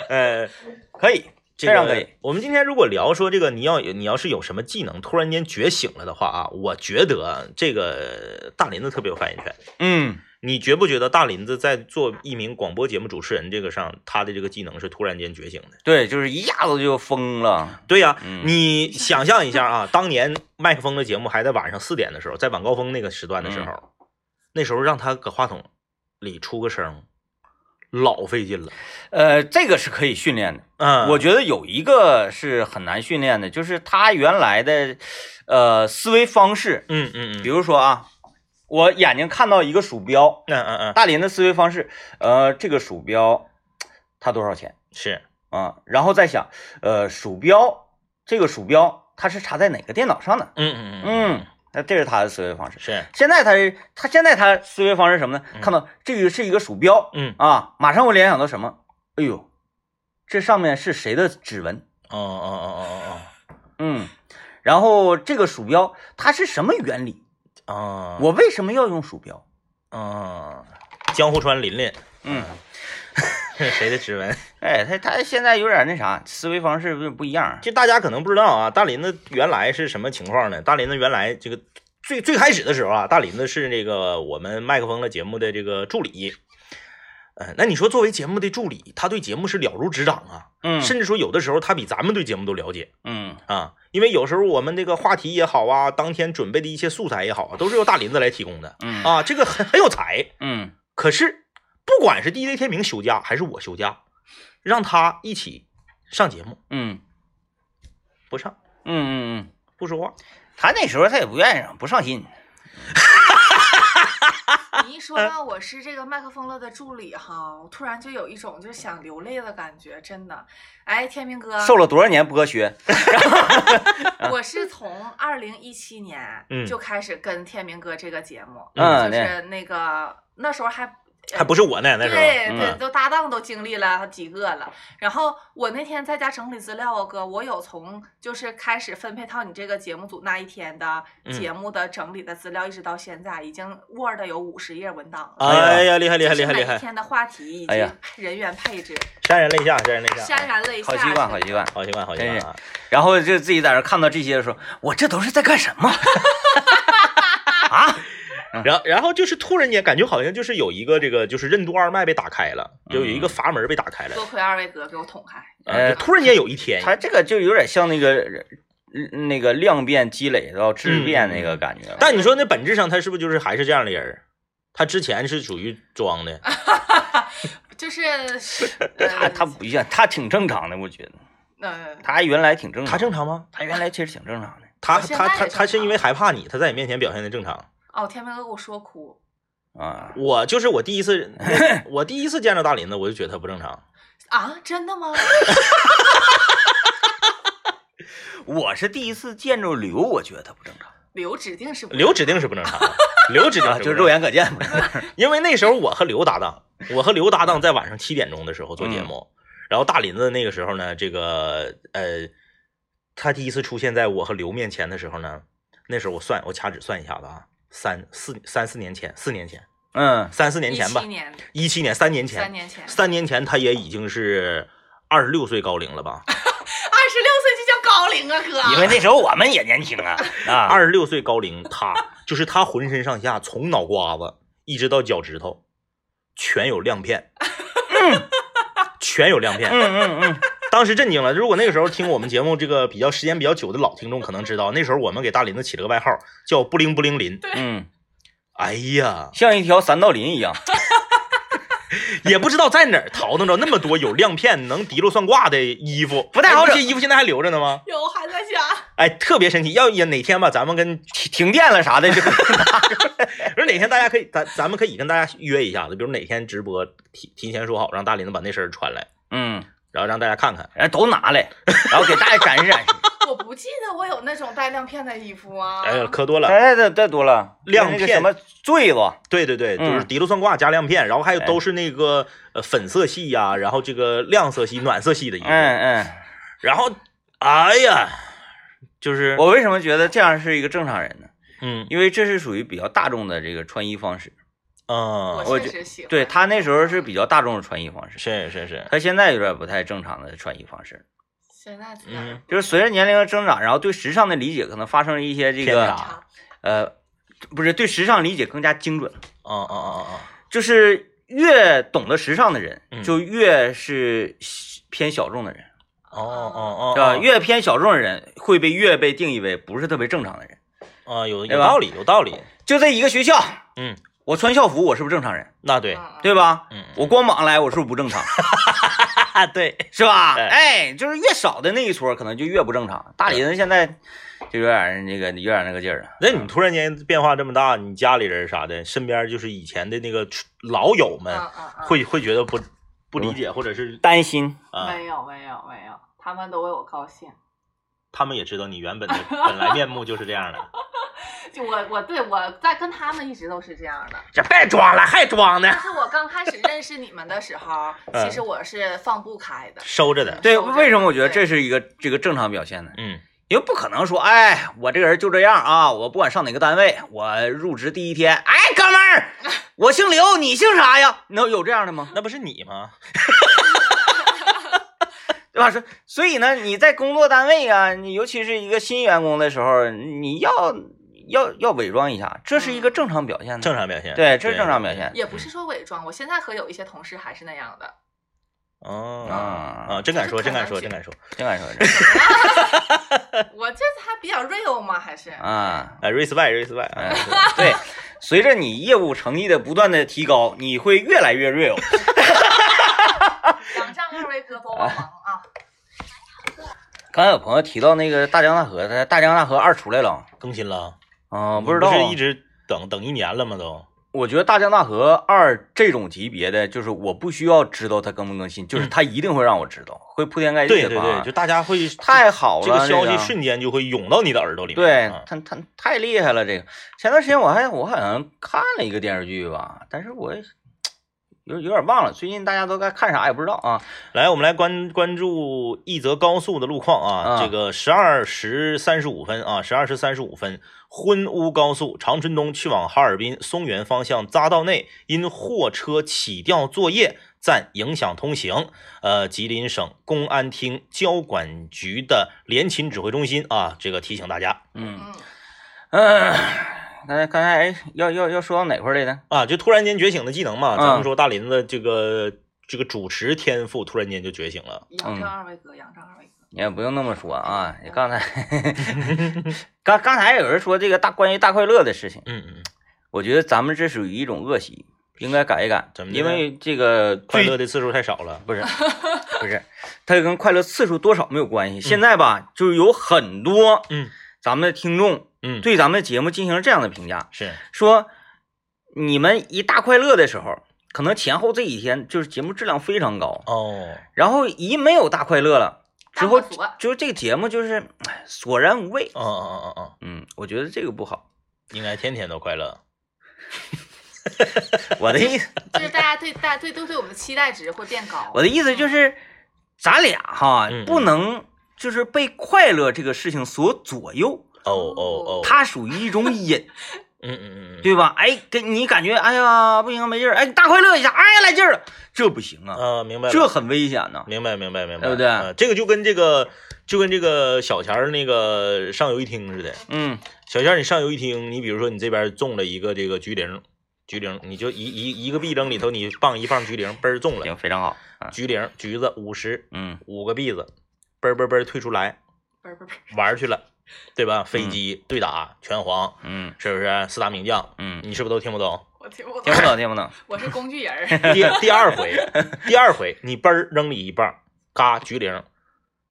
Speaker 2: 呃，
Speaker 1: 可以，
Speaker 2: 这
Speaker 1: 非常
Speaker 2: 个
Speaker 1: 可以。
Speaker 2: 我们今天如果聊说这个，你要有你要是有什么技能突然间觉醒了的话啊，我觉得这个大林子特别有发言权。
Speaker 1: 嗯，
Speaker 2: 你觉不觉得大林子在做一名广播节目主持人这个上，他的这个技能是突然间觉醒的？
Speaker 1: 对，就是一下子就疯了。
Speaker 2: 对呀、
Speaker 1: 嗯
Speaker 2: 你想象一下啊， 当年麦克风的节目还在晚上四点的时候，在晚高峰那个时段的时候，
Speaker 1: 嗯
Speaker 2: 那时候让他搁话筒里出个声，老费劲了。
Speaker 1: 呃，这个是可以训练的。
Speaker 2: 嗯，
Speaker 1: 我觉得有一个是很难训练的，就是他原来的，呃，思维方式。
Speaker 2: 嗯嗯嗯，
Speaker 1: 比如说啊，我眼睛看到一个鼠标，
Speaker 2: 嗯嗯嗯，
Speaker 1: 大林的思维方式，呃，这个鼠标它多少钱
Speaker 2: 是
Speaker 1: 啊？然后再想，呃，鼠标这个鼠标它是插在哪个电脑上的？
Speaker 2: 嗯嗯嗯
Speaker 1: 嗯，那这是他的思维方式。
Speaker 2: 是，
Speaker 1: 现在他是他现在他思维方式是什么呢？
Speaker 2: 嗯
Speaker 1: 看到这个是一个鼠标
Speaker 2: 嗯
Speaker 1: 啊，马上我联想到什么？哎呦，这上面是谁的指纹？
Speaker 2: 哦哦哦哦哦哦，
Speaker 1: 嗯，然后这个鼠标它是什么原理？
Speaker 2: 啊，
Speaker 1: 我为什么要用鼠标？
Speaker 2: 嗯，江户川琳琳，
Speaker 1: 嗯，
Speaker 2: 谁的指纹？
Speaker 1: 哎，他他现在有点那啥，思维方式有点不一样。
Speaker 2: 就大家可能不知道啊，大林子原来是什么情况呢？大林子原来这个最最开始的时候啊，大林子是这个我们麦克风的节目的这个助理。呃，那你说作为节目的助理，他对节目是了如指掌啊，
Speaker 1: 嗯
Speaker 2: 甚至说有的时候他比咱们对节目都了解
Speaker 1: 嗯
Speaker 2: 啊，因为有时候我们这个话题也好啊，当天准备的一些素材也好啊，都是由大林子来提供的
Speaker 1: 嗯
Speaker 2: 啊，这个很很有才。
Speaker 1: 嗯
Speaker 2: 可是不管是 DJ 天明休假还是我休假，让他一起上节目
Speaker 1: 嗯
Speaker 2: 不上
Speaker 1: 嗯嗯嗯，
Speaker 2: 不说话，
Speaker 1: 他那时候他也不愿意上，不上心。
Speaker 3: 你一说到我是这个麦克风乐的助理哈，我突然就有一种就是想流泪的感觉，真的。哎，天明哥，
Speaker 1: 受了多少年剥削？
Speaker 3: 我是从二零一七年
Speaker 2: 嗯
Speaker 3: 就开始跟天明哥这个节目，
Speaker 1: 嗯
Speaker 3: 就
Speaker 1: 对
Speaker 3: 是那个那时候还
Speaker 2: 还不是我呢，那时候
Speaker 3: 对
Speaker 1: 嗯
Speaker 3: 对，都搭档都经历了几个了。然后我那天在家整理资料啊，哥，我有从就是开始分配到你这个节目组那一天的
Speaker 2: 嗯
Speaker 3: 节目的整理的资料，一直到现在，已经 Word 有五十页文档了。
Speaker 2: 哎呀，厉害厉害厉
Speaker 3: 就是
Speaker 2: 害厉
Speaker 3: 每一
Speaker 2: 害！
Speaker 3: 天的话题以
Speaker 1: 哎
Speaker 3: 及
Speaker 1: 呀
Speaker 3: 人员配置，
Speaker 2: 潸然泪下，潸然泪下，
Speaker 3: 潸然泪下。
Speaker 1: 好习惯，好习惯。
Speaker 2: 好习惯，好习惯啊！
Speaker 1: 然后就自己在那看到这些的时候，我这都是在干什么？啊，
Speaker 2: 然后然后就是突然间感觉好像就是有一个这个就是任督二脉被打开了，就有一个阀门被打开了，
Speaker 3: 多亏二位哥给我捅开。
Speaker 2: 啊
Speaker 1: 呃
Speaker 2: 就突然间有一天，
Speaker 1: 他这个就有点像那个嗯那个量变积累到质变那个感觉了。
Speaker 2: 但你说那本质上他是不是就是还是这样的人儿？他之前是属于装的，
Speaker 3: 嗯 就是，
Speaker 1: 他
Speaker 3: 呃
Speaker 1: 他不一样，他挺正常的，我觉得
Speaker 3: 呃，
Speaker 1: 他原来挺正常，
Speaker 2: 他正常吗？
Speaker 1: 他原来其实挺正常的。
Speaker 2: 他
Speaker 3: 我现
Speaker 2: 他
Speaker 3: 在
Speaker 2: 他
Speaker 3: 也
Speaker 2: 他是
Speaker 3: 正啊
Speaker 2: 因为害怕你，他在你面前表现的正常。
Speaker 3: 哦，天明哥给我说哭，
Speaker 1: 啊，
Speaker 2: 我就是我第 一次，我第一次见到大林子，我就觉得他不正常。
Speaker 3: 啊，真 的吗？
Speaker 1: 我是第一次见着刘，我觉得他不正常
Speaker 3: 刘指定是不
Speaker 2: 刘指定是不正 常的，刘指定
Speaker 1: 啊，
Speaker 2: 是不
Speaker 1: 就
Speaker 2: 正
Speaker 1: 肉
Speaker 2: 常的，
Speaker 1: 眼可见不正常。
Speaker 2: 因为那时候我和刘搭档，我和刘搭档在晚上七点钟的时候做
Speaker 1: 嗯
Speaker 2: 节目，然后大林子那个时候呢，这个呃，他第一次出现在我和刘面前的时候呢，那时候我算我掐指算一下子啊，三四三四年前，四年前，
Speaker 1: 嗯
Speaker 2: 三四年
Speaker 3: 一
Speaker 2: 前
Speaker 3: 七
Speaker 2: 吧，
Speaker 3: 年，
Speaker 2: 一七年，三年前，
Speaker 3: 三年前，
Speaker 2: 三年前他也已经是二十六岁高龄了吧？
Speaker 3: 二十六岁就叫高龄啊，
Speaker 1: 因
Speaker 3: 哥。
Speaker 1: 为那时候我们也年轻 啊啊，
Speaker 2: 二十六岁高龄，他就是他浑身上下从脑瓜子一直到脚趾头，全有亮片， 全有亮片。
Speaker 1: 嗯嗯
Speaker 2: 当时震惊了。如果那个时候听我们节目这个比较时间比较久的老听众可能知道，那时候我们给大林子起了个外号叫“布灵布灵林
Speaker 1: 嗯嗯，”。
Speaker 2: 哎呀，
Speaker 1: 像一条三道林一样。
Speaker 2: 也不知道在哪儿淘弄着那么多有亮片、能滴落算卦的衣服，
Speaker 1: 不太好
Speaker 2: 这
Speaker 1: 整
Speaker 2: 些衣服现在还留着呢吗？
Speaker 3: 有还在家，
Speaker 2: 哎，特别神奇。要也哪天吧，咱们跟
Speaker 1: 停停电了啥 的就
Speaker 2: 说哪天大家可以，咱咱们可以跟大家约一下子，比如哪天直播提提前说好，让大林子把那身儿穿来，
Speaker 1: 嗯，
Speaker 2: 然后让大家看看。
Speaker 1: 然后都拿来，然后给大家展示展示。
Speaker 3: 我不记得我有那种带亮片的衣服啊。
Speaker 2: 哎呀，可多了。
Speaker 1: 哎，太太多了，
Speaker 2: 亮片
Speaker 1: 那个什么坠子，
Speaker 2: 对对对，就是
Speaker 1: 嗯
Speaker 2: 滴溜算卦加亮片，然后还有
Speaker 1: 哎
Speaker 2: 都是那个呃粉色系呀、然后这个亮色系、暖色系的衣服。
Speaker 1: 嗯嗯，
Speaker 2: 然后，哎呀，就是
Speaker 1: 我为什么觉得这样是一个正常人呢？
Speaker 2: 嗯
Speaker 1: 因为这是属于比较大众的这个穿衣方式。
Speaker 2: 嗯，
Speaker 3: 我确实喜欢。
Speaker 1: 对他那时候是比较大众的穿衣方式，
Speaker 2: 是是是，
Speaker 1: 他现在有点不太正常的穿衣方式，
Speaker 3: 现在自然
Speaker 2: 嗯，
Speaker 1: 就是随着年龄的增长，然后对时尚的理解可能发生了一些这
Speaker 2: 偏
Speaker 1: 个
Speaker 2: 差
Speaker 3: 差
Speaker 1: 呃，不是对时尚理解更加精准了，
Speaker 2: 嗯嗯嗯嗯
Speaker 1: 就是越懂得时尚的人
Speaker 2: 嗯，
Speaker 1: 就越是偏小众的人。
Speaker 2: 嗯，哦哦哦，
Speaker 1: 是吧？
Speaker 2: 哦
Speaker 1: 越偏小众的人会被越被定义为不是特别正常的人。
Speaker 2: 啊有有
Speaker 1: 对吧
Speaker 2: 道理有道理，
Speaker 1: 就这一个学校，
Speaker 2: 嗯，
Speaker 1: 我穿校服，我是不是正常人？
Speaker 2: 那对，
Speaker 1: 对吧？
Speaker 2: 嗯
Speaker 1: 我光膀来，我是不是不正常？
Speaker 2: 啊 对，
Speaker 1: 是吧？
Speaker 2: 哎
Speaker 1: 哎，就是越少的那一撮，可能就越不正常。大林子现在就有点那个，有点那个劲儿了。
Speaker 2: 那你突然间变化这么大，你家里人啥的，身边就是以前的那个老友
Speaker 3: 嗯
Speaker 2: 们，
Speaker 3: 嗯嗯，
Speaker 2: 会会觉得不不
Speaker 1: 嗯
Speaker 2: 理解，或者是
Speaker 1: 担心，
Speaker 2: 啊，
Speaker 3: 没有没有没有，他们都为我高兴。
Speaker 2: 他们也知道你原本 的本来面目就是这样的。
Speaker 3: 就我我对我在跟他们一直都是这样的。
Speaker 2: 这别装了，还装呢
Speaker 3: 但，是我刚开始认识你们的时 候，
Speaker 2: 嗯
Speaker 3: 其实我是放不开的。
Speaker 2: 收着的。
Speaker 1: 对，
Speaker 3: 受不了
Speaker 1: 为什么我觉得
Speaker 3: 对
Speaker 1: 这是一个这个正常表现呢？
Speaker 2: 嗯
Speaker 1: 因为不可能说，哎，我这个人就这样啊，我不管上哪个单位，我入职第一天，哎，哥们 儿，我姓刘，你姓啥呀？能有这样的吗？
Speaker 2: 那不是你吗？
Speaker 1: 对吧？所所以呢，你在工作单位啊，你尤其是一个新员工的时候，你要要要伪装一下，这是一个
Speaker 3: 嗯
Speaker 1: 正常表现的，
Speaker 2: 正常表现。
Speaker 1: 对，这是正常表现。
Speaker 3: 也不是说伪装，我现在和有一些同事还是那样 的。
Speaker 2: 哦
Speaker 1: 啊
Speaker 2: 啊，真敢说，真敢说，
Speaker 3: 这
Speaker 2: 真
Speaker 3: 是
Speaker 2: 敢说。
Speaker 1: 真敢说这
Speaker 3: 我这还比较 real 嘛，还是
Speaker 1: 啊，
Speaker 2: 哎，respect，respect 啊
Speaker 1: 哎， 对，随着你业务诚意的不断的提高，你会越来越 real。
Speaker 3: 仰仗二位哥多帮忙啊！
Speaker 1: 刚才有朋友提到那个大江大河，他大江大河二出来了
Speaker 2: 更新了，
Speaker 1: 啊、
Speaker 2: 嗯不
Speaker 1: 不知道啊，
Speaker 2: 是一直等等一年了吗？都
Speaker 1: 我觉得大江大河二这种级别的，就是我不需要知道它更不更新，就是它一定会让我知道，会铺天盖地
Speaker 2: 嗯对
Speaker 1: 的
Speaker 2: 对
Speaker 1: 方案
Speaker 2: 对，就大家会
Speaker 1: 太好了，
Speaker 2: 这个消
Speaker 1: 个
Speaker 2: 息瞬间就会涌到你的耳朵里面。
Speaker 1: 对
Speaker 2: 啊
Speaker 1: 他他太厉害了。这个前段时间我还我好像看了一个电视剧吧，但是我有有点忘了，最近大家都该看啥也不知道啊。
Speaker 2: 来，我们来关关注一则高速的路况啊，
Speaker 1: 啊
Speaker 2: 这个十二时三十五分啊，十二时三十五分，婚乌高速长春东去往哈尔滨松原方向匝道内，因货车起吊作业暂影响通行。呃，吉林省公安厅交管局的联勤指挥中心啊，这个提醒大家
Speaker 1: 嗯 嗯，
Speaker 3: 嗯，
Speaker 1: 刚才刚才哎，要要要说到哪块儿来着？
Speaker 2: 啊，就突然间觉醒的技能嘛，咱
Speaker 1: 嗯
Speaker 2: 们说大林子这个这个主持天赋突然间就觉醒了。
Speaker 3: 仰仗二位哥，仰仗二位哥。
Speaker 1: 你也不用那么说啊，你刚才 刚刚才有人说这个大关于大快乐的事情。
Speaker 2: 嗯嗯，
Speaker 1: 我觉得咱们这属于一种恶习，应该改一改。
Speaker 2: 怎么的
Speaker 1: 因为这 个
Speaker 2: 快
Speaker 1: 最
Speaker 2: 乐的次数太少了。
Speaker 1: 不是不是，它跟快乐次数多少没有关系。现在吧，就是有很多
Speaker 2: 嗯
Speaker 1: 咱们的听众
Speaker 2: 嗯，
Speaker 1: 对咱们的节目进行这样的评价，
Speaker 2: 是。
Speaker 1: 说你们一大快乐的时候，可能前后这几天就是节目质量非常高，
Speaker 2: 哦，
Speaker 1: 然后一没有大快乐了之后
Speaker 3: 大快活，
Speaker 1: 就是这个节目就是哎索然无味。
Speaker 2: 嗯嗯嗯嗯嗯，
Speaker 1: 嗯，我觉得这个不好。
Speaker 2: 应该天天都快乐。
Speaker 1: 我的意思。
Speaker 3: 就是大家对大家对都对我们的期待值会变高。
Speaker 1: 嗯我的意思就是，咱俩哈
Speaker 2: 嗯嗯
Speaker 1: 不能就是被快乐这个事情所左右，
Speaker 2: 哦哦哦，
Speaker 1: 它属于一种瘾，
Speaker 2: 嗯嗯嗯嗯，
Speaker 1: 对吧？哎，给你感觉哎呀不行没劲儿，哎大快乐一下，哎呀来劲儿了，这不行啊，
Speaker 2: 啊，明白了，
Speaker 1: 这很危险呐。
Speaker 2: 明白明白明白，
Speaker 1: 对不对
Speaker 2: 啊这个就跟这个就跟这个小钱儿那个上游一听似的，
Speaker 1: 嗯
Speaker 2: 小钱儿你上游一听，你比如说你这边中了一个这个橘铃，橘铃，你就一一一个币扔里头，你放一放橘铃，嘣儿中了，
Speaker 1: 行，非常好。啊
Speaker 2: 橘铃橘子五十
Speaker 1: 嗯，
Speaker 2: 五个币子，嘣儿嘣儿嘣儿退出来
Speaker 3: 不是不是
Speaker 2: 玩儿去了，对吧？飞机对打拳皇
Speaker 1: 嗯
Speaker 2: 是不是四大名将？
Speaker 1: 嗯，
Speaker 2: 你是不是都听不懂？
Speaker 3: 我听不
Speaker 1: 听
Speaker 3: 懂，
Speaker 1: 不懂听不懂。
Speaker 3: 我是工具 人儿。
Speaker 2: 第第二回，第二回你嘣儿扔里一棒，嘎局零，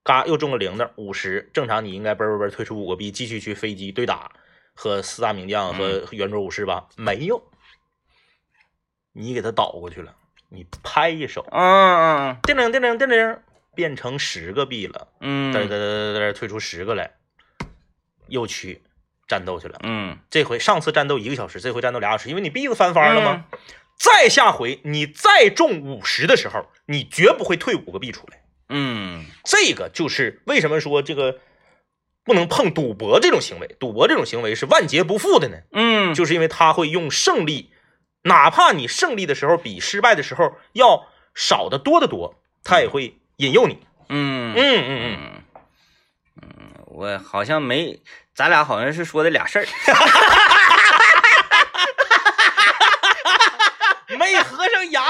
Speaker 2: 嘎又中个铃铛五十。正常你应该嘣儿嘣儿嘣儿退出五个币，继续去飞机对打和四大名将和圆桌武士吧？没有，你给他倒过去了，你拍一手，
Speaker 1: 嗯
Speaker 2: 叮铃叮铃叮铃，变成十个币了，
Speaker 1: 嗯
Speaker 2: 嘚嘚嘚
Speaker 1: 嗯
Speaker 2: 嘚嘚退出十个来，又去战斗去了。
Speaker 1: 嗯，
Speaker 2: 这回上次战斗一个小时，这回战斗俩小时，因为你币子翻番了吗？
Speaker 1: 嗯
Speaker 2: 再下回你再中五十的时候，你绝不会退五个币出来。
Speaker 1: 嗯？嗯
Speaker 2: 这个就是为什么说这个不能碰赌博这种行为，赌博这种行为是万劫不复的呢？
Speaker 1: 嗯，
Speaker 2: 就是因为他会用胜利，哪怕你胜利的时候比失败的时候要少得多得多，他也会引诱你。
Speaker 1: 嗯
Speaker 2: 嗯嗯嗯，
Speaker 1: 嗯，嗯，我好像没，咱俩好像是说的俩事儿。
Speaker 2: 没合上牙，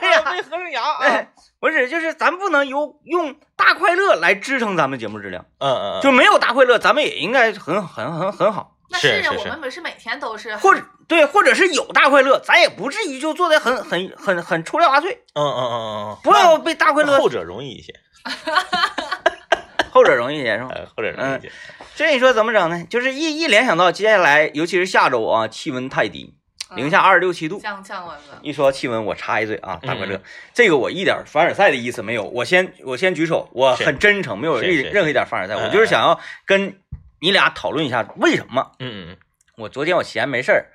Speaker 2: 哎没合上牙啊！
Speaker 1: 哎，不是，就是咱不能由用大快乐来支撑咱们节目质量，
Speaker 2: 嗯嗯嗯，
Speaker 1: 就没有大快乐，咱们也应该很很很很好，
Speaker 3: 那
Speaker 2: 是是
Speaker 3: 我
Speaker 2: 是
Speaker 3: 们不是每天都是
Speaker 1: 或者对，或者是有大快乐，咱也不至于就做的很很很很出类拔萃，
Speaker 2: 嗯嗯嗯嗯
Speaker 1: 不要被大快
Speaker 2: 嗯，
Speaker 1: 乐
Speaker 2: 后者容易一些，
Speaker 1: 后者容易接受。
Speaker 2: 呃，后者容易一些。
Speaker 1: 这你说怎么整呢？就是一一联想到接下来，尤其是下周啊，气温太低，
Speaker 3: 嗯
Speaker 1: 零下二十六七度。
Speaker 3: 降降温了。
Speaker 1: 一说到气温，我插一嘴啊，大快乐，
Speaker 2: 嗯
Speaker 1: 这个我一点凡尔赛的意思没有，我先我先举手，我
Speaker 2: 是
Speaker 1: 很真诚，没有
Speaker 2: 是
Speaker 1: 任
Speaker 2: 是
Speaker 1: 任何一点凡尔赛，
Speaker 2: 嗯
Speaker 1: 我就是想要跟你俩讨论一下为什么
Speaker 2: 嗯嗯
Speaker 1: 我昨天我闲没事儿，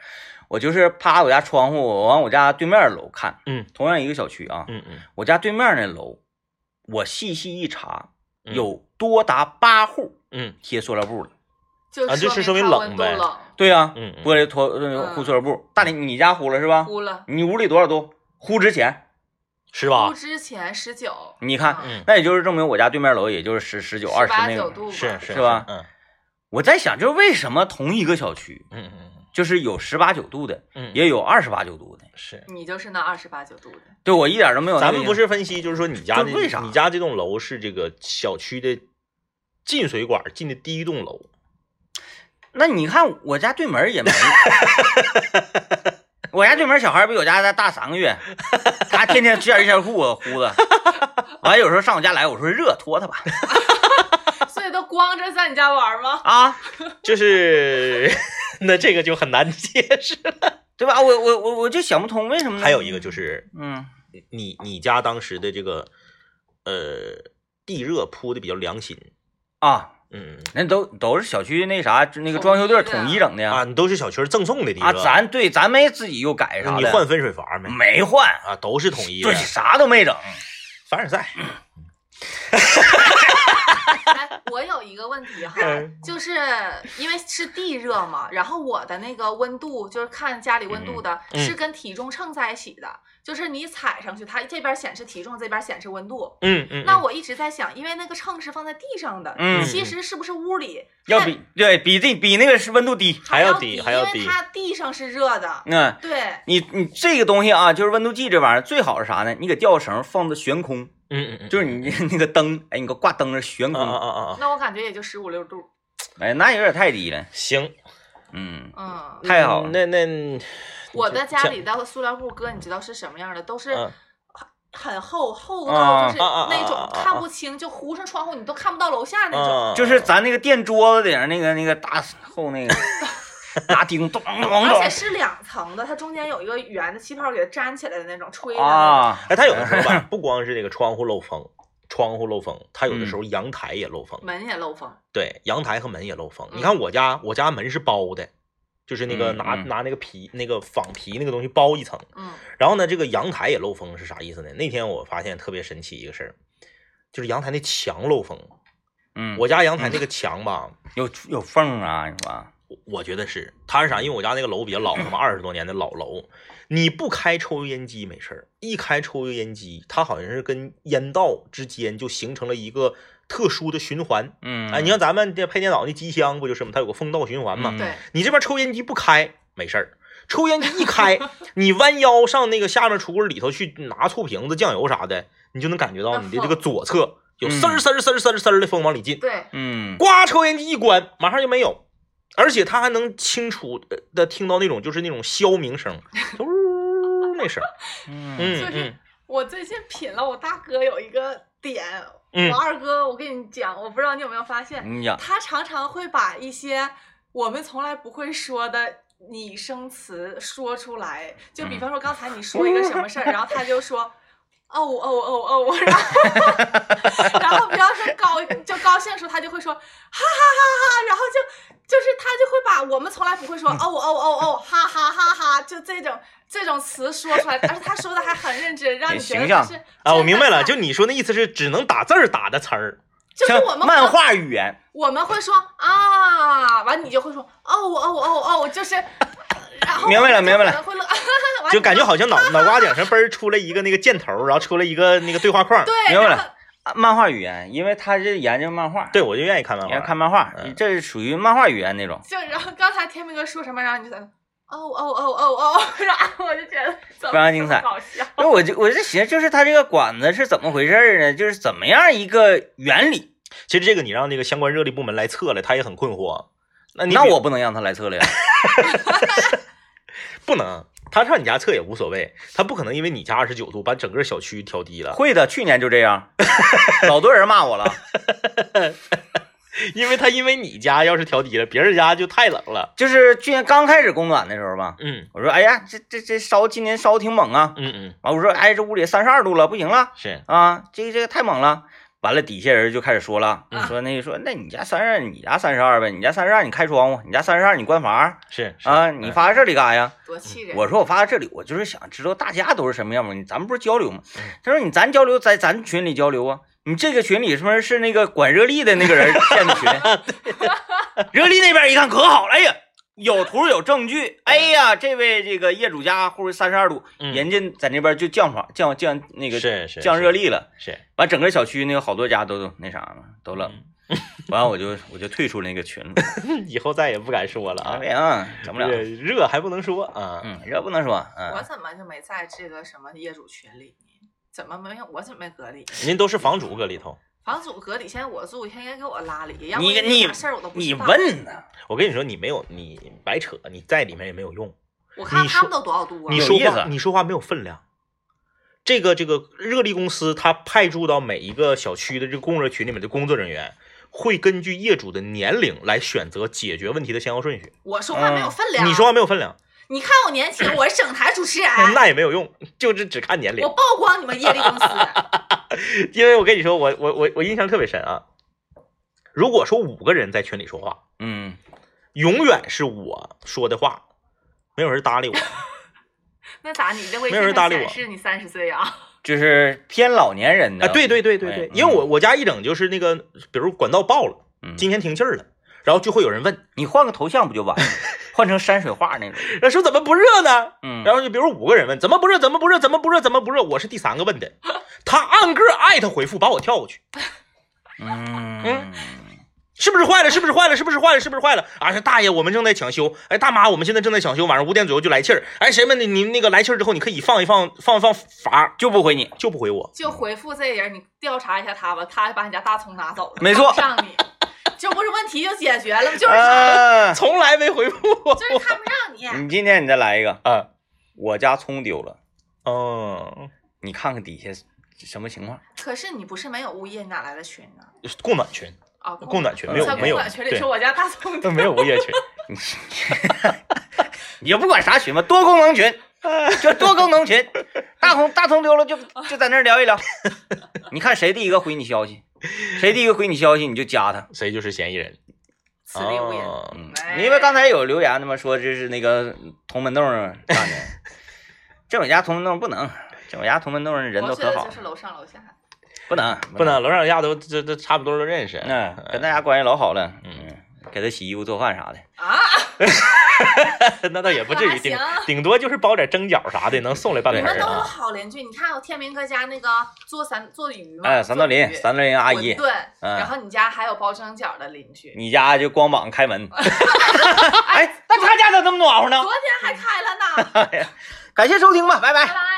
Speaker 1: 我就是趴我家窗户，我往我家对面楼看，
Speaker 2: 嗯，
Speaker 1: 同样一个小区啊，
Speaker 2: 嗯嗯
Speaker 1: 我家对面那楼，我细细一查，
Speaker 2: 嗯
Speaker 1: 有多达八户
Speaker 2: 嗯
Speaker 1: 贴塑料布了。
Speaker 3: 就
Speaker 2: 啊就是说
Speaker 3: 明
Speaker 2: 明
Speaker 3: 它
Speaker 2: 冷
Speaker 3: 温 度
Speaker 2: 呗
Speaker 3: 冷，
Speaker 1: 对啊呀、
Speaker 2: 嗯嗯
Speaker 1: 玻璃拖呃
Speaker 3: 嗯
Speaker 1: 糊塑料布。大林，你家糊了是吧？
Speaker 3: 呼了。
Speaker 1: 你屋里多少度？糊之前，
Speaker 2: 是
Speaker 3: 呼
Speaker 2: 吧？
Speaker 3: 之前十九，
Speaker 1: 你看
Speaker 3: 啊
Speaker 2: 嗯，
Speaker 1: 那也就是证明我家对面楼也就是十十九二十
Speaker 3: 八
Speaker 1: 那个。
Speaker 3: 九度吧，
Speaker 2: 是是
Speaker 1: 是吧
Speaker 2: 嗯
Speaker 1: 我在想，就是为什么同一个小区，
Speaker 2: 嗯嗯
Speaker 1: 就是有十八九度的，
Speaker 2: 嗯，
Speaker 1: 也有二十八九度的。
Speaker 2: 是。
Speaker 3: 你就是那二十八九度的，
Speaker 1: 对我一点都没有那个
Speaker 2: 咱
Speaker 1: 印象。
Speaker 2: 们不是分析，就是说你家
Speaker 1: 就
Speaker 2: 这
Speaker 1: 为啥
Speaker 2: 你家这栋楼是这个小区的进水管进的第一栋楼，
Speaker 1: 那你看我家对门儿也没，我家对门儿小孩儿比我家大大三个月，他天天这样一条裤子呼的，完有时候上我家来，我说热脱他吧，
Speaker 3: 所以都光着在你家玩吗？
Speaker 1: 啊，
Speaker 2: 就是 那这个就很难解释了。
Speaker 1: 对吧？我我我我就想不通为什么呢。
Speaker 2: 还有一个就是
Speaker 1: 嗯，
Speaker 2: 你你家当时的这个呃地热铺的比较良心，
Speaker 1: 啊，
Speaker 2: 嗯
Speaker 1: 那都都是小区那啥那个装修队儿统一整的
Speaker 2: 啊，
Speaker 1: 呀。
Speaker 2: 你都是小区赠送的地热，
Speaker 1: 啊，咱对咱没自己又改
Speaker 2: 那
Speaker 1: 啥
Speaker 2: 你
Speaker 1: 的，
Speaker 2: 换分水阀没？
Speaker 1: 没换，
Speaker 2: 啊，都是统一的
Speaker 1: 对，，啥都没整。
Speaker 2: 凡尔赛，
Speaker 3: 哎，我有一个问题哈
Speaker 2: 嗯，
Speaker 3: 就是因为是地热嘛，然后我的那个温度就是看家里温度的，
Speaker 2: 嗯嗯
Speaker 3: 是跟体重秤在一起的，就是你踩上去，它这边显示体重，这边显示温度。
Speaker 2: 嗯嗯，
Speaker 3: 那我一直在想，因为那个秤是放在地上的，
Speaker 1: 嗯
Speaker 3: 其实是不是屋里
Speaker 1: 要比对比这比那个是温度低，
Speaker 3: 还
Speaker 2: 还要
Speaker 3: 低，
Speaker 2: 低还要
Speaker 3: 因
Speaker 2: 低
Speaker 3: 为它地上是热的，
Speaker 1: 嗯。
Speaker 3: 对，
Speaker 1: 你你这个东西啊，就是温度计这玩意儿，最好是啥呢？你给吊绳放到悬空，
Speaker 2: 嗯嗯嗯，
Speaker 1: 就是你那个灯，哎，你给我挂灯那悬
Speaker 2: 啊啊
Speaker 1: 空，
Speaker 2: 啊啊啊，
Speaker 3: 那我感觉也就十五六度，
Speaker 1: 哎，那有点太低了，
Speaker 2: 行，
Speaker 1: 嗯，
Speaker 3: 嗯，
Speaker 1: 太好了
Speaker 2: 那那
Speaker 3: 我的家里的塑料布哥，你知道是什么样的？都是
Speaker 2: 嗯
Speaker 3: 很厚，厚到就是
Speaker 2: 啊啊啊
Speaker 3: 那
Speaker 2: 啊
Speaker 3: 种
Speaker 2: 啊啊
Speaker 3: 看不清，就糊上窗户你都看不到楼下那种。
Speaker 2: 啊，
Speaker 1: 就是咱那个垫桌子顶上那个那个大厚那 个大钉，咚咚咚
Speaker 3: 而且是两层的，它中间有一个圆的气泡给它粘起来的那种，吹的那种。
Speaker 1: 啊，
Speaker 2: 哎，它有的时候 吧，不光是这个窗户漏风，窗户漏风，它有的
Speaker 1: 嗯
Speaker 2: 时候阳台也漏风，
Speaker 3: 门也漏风，
Speaker 2: 对，阳台和门也漏风。
Speaker 3: 嗯
Speaker 2: 你看我家，我家门是包的，就是那个
Speaker 1: 嗯
Speaker 2: 拿
Speaker 1: 嗯
Speaker 2: 拿那个皮那个仿皮那个东西包一层，
Speaker 3: 嗯
Speaker 2: 然后呢，这个阳台也漏风是啥意思呢？那天我发现特别神奇一个事儿，就是阳台那墙漏风。
Speaker 1: 嗯，
Speaker 2: 我家阳台那个墙吧，
Speaker 1: 有有缝啊，你说啊，
Speaker 2: 我我觉得是它是啥？因为我家那个楼比较老嘛，二十多年的老楼，你不开抽油烟机没事儿，一开抽油烟机，它好像是跟烟道之间就形成了一个特殊的循环。
Speaker 1: 嗯，
Speaker 2: 哎，你像咱们这配电脑那机箱不就是吗？它有个风道循环嘛。
Speaker 1: 嗯
Speaker 3: 对，
Speaker 2: 你这边抽烟机不开没事儿，抽烟机一开，你弯腰上那个下面橱柜里头去拿醋瓶子、酱油啥的，你就能感觉到你的这个左侧有
Speaker 1: 嗯
Speaker 2: 丝儿丝儿丝儿丝儿丝儿的风往里进。
Speaker 3: 对，
Speaker 1: 嗯，
Speaker 2: 呱，抽烟机一关，马上就没有，而且他还能清楚的听到那种就是那种消鸣声，就呜那声儿。
Speaker 1: 嗯
Speaker 2: 嗯
Speaker 3: 就是
Speaker 2: 嗯
Speaker 3: 我最近品了我大哥有一个点，
Speaker 2: 嗯
Speaker 3: 我二哥，我跟你讲，我不知道你有没有发 现，
Speaker 1: 你讲，
Speaker 3: 他常常会把一些我们从来不会说的拟声词说出来，就比方说刚才你说一个什么事儿，然后他就说。哦哦哦哦，然后然后 比方说高就高兴的时候，他就会说哈哈哈哈，然后就就是他就会把我们从来不会说哦哦哦哦哈哈哈哈，就这种这种词说出来，而且他说的还很认真，让你觉得
Speaker 1: 形象
Speaker 3: 他是
Speaker 2: 啊，我明白了，
Speaker 3: 真
Speaker 2: 就你说那意思是只能打字儿打的词儿，
Speaker 3: 的就是
Speaker 1: 像
Speaker 3: 我们
Speaker 1: 漫画语言，
Speaker 3: 我们会说啊，完你就会说哦哦哦哦，就是， 然后
Speaker 1: 明白了明白了
Speaker 3: 可能会乐， 完
Speaker 2: 就感觉好像脑脑瓜顶上嘣儿出来一个那个箭头，然后出来一个那个对话框。
Speaker 3: 对，
Speaker 1: 明白
Speaker 3: 然后
Speaker 1: 了，啊漫画语言，因为他是研究漫画，
Speaker 2: 对，我就愿意看漫
Speaker 1: 研究
Speaker 2: 画。
Speaker 1: 看漫画，
Speaker 2: 嗯
Speaker 1: 这是属于漫画语言那种。
Speaker 3: 就然后刚才天明哥说什么，然后你就在那哦哦哦哦哦，然后我就觉得怎么
Speaker 1: 非常精彩
Speaker 3: 这么搞笑，
Speaker 1: 那我就我就寻思，就是他这个管子是怎么回事儿呢？就是怎么样一个原理？
Speaker 2: 其实这个你让那个相关热力部门来测了，他也很困惑。那呃你
Speaker 1: 那
Speaker 2: 比
Speaker 1: 我不能让他来测啊 了呀。
Speaker 2: 不能，他上你家测也无所谓，他不可能因为你家二十九度把整个小区调低了，
Speaker 1: 会的，去年就这样，老多人骂我了。
Speaker 2: 因为他因为你家要是调低了，别人家就太冷了。
Speaker 1: 就是去年刚开始公暖的时候吧，
Speaker 2: 嗯
Speaker 1: 我说哎呀，这这这烧今年烧挺猛啊。
Speaker 2: 嗯嗯，
Speaker 1: 完我说哎，这屋里三十二度了，不行了
Speaker 2: 是。
Speaker 1: 啊，这个这个太猛了。完了，底下人就开始说了，
Speaker 2: 嗯
Speaker 1: 说那说那你家三十二，你家三十二呗，你家三十二你开窗户，你家三十二你关阀
Speaker 2: 是嗯是
Speaker 1: 啊，你发这里干啥呀？
Speaker 3: 多气人！
Speaker 1: 我说我发到这里，我就是想知道大家都是什么样嘛。你咱们不是交流吗
Speaker 2: 嗯？
Speaker 1: 他说你咱交流在咱群里交流啊。你这个群里是不是是那个管热力的那个人建 的群？热力那边一看可好了，哎呀，有图有证据，哎呀，这位这个业主家户三十二度，
Speaker 2: 嗯
Speaker 1: 人家在那边就降房降降那个
Speaker 2: 是是
Speaker 1: 降热力了，
Speaker 2: 是，
Speaker 1: 完整个小区那个好多家都都那啥了，都冷
Speaker 2: 嗯。
Speaker 1: 完我就我就退出那个群 了，
Speaker 2: 以后再也不敢说了
Speaker 1: 啊，
Speaker 2: 啊
Speaker 1: 不，行，整不
Speaker 2: 这
Speaker 1: 了，
Speaker 2: 热还不能说啊，
Speaker 1: 嗯，这不能说，
Speaker 3: 我
Speaker 1: 嗯，
Speaker 3: 怎么就没在这个什么业主群里呢？怎么没有？我怎么没隔离？
Speaker 2: 人家都是房主搁里头。
Speaker 3: 房主隔离，现在我住，现在给我拉里，要不
Speaker 1: 你
Speaker 3: 然
Speaker 1: 你
Speaker 3: 啥事儿我都不
Speaker 1: 你
Speaker 3: 知道。
Speaker 1: 问呢？
Speaker 2: 我跟你说，你没有你白扯，你在里面也没有用。
Speaker 3: 我看
Speaker 2: 你
Speaker 3: 他
Speaker 2: 说
Speaker 3: 们都多少度啊
Speaker 2: 你？
Speaker 1: 有
Speaker 2: 说
Speaker 1: 意
Speaker 2: 话
Speaker 1: 思
Speaker 2: 你说话没有分量。这个这个热力公司，它派驻到每一个小区的这个供热群里面的工作人员，会根据业主的年龄来选择解决问题的先后顺序。
Speaker 3: 我说话没有
Speaker 1: 嗯
Speaker 3: 分量。啊
Speaker 2: 你说，话没有分量，
Speaker 3: 你看我年轻，我是省台主 持人，
Speaker 2: 那也没有用，就是只看年龄
Speaker 3: 我。曝光你们业力公司。啊
Speaker 2: 因为我跟你说，我我我我印象特别深啊。如果说五个人在群里说话，
Speaker 1: 嗯，
Speaker 2: 永远是我说的话，没有人搭理 我。
Speaker 3: 那咋你这会
Speaker 2: 没有人搭理我
Speaker 3: 显示你三十岁啊？
Speaker 1: 就是偏老年人的，
Speaker 2: 啊，对对对对
Speaker 1: 哎
Speaker 2: 对，
Speaker 1: 嗯
Speaker 2: 因为我我家一整就是那个，比如管道爆了，
Speaker 1: 嗯，
Speaker 2: 今天停气儿了，然后就会有人问，
Speaker 1: 你换个头像不就完了？换成山水画那种，
Speaker 2: 那说怎么不热呢？
Speaker 1: 嗯，
Speaker 2: 然后就比如五个人问，怎么不热？怎么不热？怎么不热？怎么不热？我是第三个问 的，他按个艾特回复，把我跳过去，
Speaker 1: 嗯，
Speaker 2: 是不是坏了？是不是坏了？是不是坏了？是不是坏了？啊，是大爷，我们正在抢修。哎，大妈，我们现在正在抢修，晚上五点左右就来气儿。哎，谁们你你那个来气儿之后，你可以放一放，放一放阀，
Speaker 1: 就不回你，
Speaker 2: 就不回我。
Speaker 3: 就回复这人，你调查一下他吧，他把你家大葱拿走了，
Speaker 1: 没错
Speaker 3: 看 不上你，这不是问题就解决了吗？
Speaker 2: 呃
Speaker 3: 就是他，
Speaker 1: 啊，
Speaker 2: 从来没回复我
Speaker 3: 就是看不上你。
Speaker 2: 嗯
Speaker 1: 你今天你再来一个，
Speaker 2: 啊，
Speaker 1: 我家葱丢了，
Speaker 2: 嗯，
Speaker 1: 你看看底下什么情况？
Speaker 3: 可是你不是没有物业，你哪来的群呢？
Speaker 2: 供暖群，
Speaker 3: 啊，
Speaker 2: 供暖群没有
Speaker 3: 在
Speaker 2: 没有
Speaker 3: 供暖群里
Speaker 2: 对哦
Speaker 3: 说我家大葱丢了
Speaker 2: 没有物业群。
Speaker 1: 你就不管啥群吧，多功能 群，就多功能 群，大葱大葱丢了就就在那儿聊一聊， 你看谁第一个回你消息，谁第一个回你消息你就加他。
Speaker 2: 谁就是嫌疑 人。
Speaker 3: 此地无银。
Speaker 2: 哦
Speaker 1: 嗯
Speaker 3: 哎，
Speaker 1: 因为刚才有留言他妈说这是那个同门洞儿干 的，这种家同门洞不能，这种家同门洞儿人
Speaker 3: 我
Speaker 1: 都
Speaker 3: 觉
Speaker 1: 可
Speaker 3: 得
Speaker 1: 好
Speaker 3: 就，是楼上楼下，
Speaker 1: 不能
Speaker 2: 不，能，楼上楼下都这这差不多都认识。
Speaker 1: 嗯，跟大家关系老好了，
Speaker 2: 嗯
Speaker 1: 嗯，给他洗衣服做饭啥的，
Speaker 3: 啊，
Speaker 2: 那倒也不至于，顶
Speaker 3: 那行
Speaker 2: 顶多就是包点蒸饺啥的，能送来半
Speaker 3: 你
Speaker 2: 瓶
Speaker 3: 们
Speaker 2: 儿
Speaker 3: 都是
Speaker 2: 啊。
Speaker 3: 好邻居。你看我天明哥家那个做三做鱼嘛，
Speaker 1: 哎，三道
Speaker 3: 做
Speaker 1: 林，
Speaker 3: 鱼
Speaker 1: 三道林阿姨
Speaker 3: 馄，饨，
Speaker 1: 嗯
Speaker 3: 然后你家还有包蒸饺的邻居，
Speaker 1: 你家就光膀开 门，哎，那他家咋这么暖和呢
Speaker 3: 昨？天还开了呢。
Speaker 1: 感谢收听吧，拜拜
Speaker 3: 拜。拜。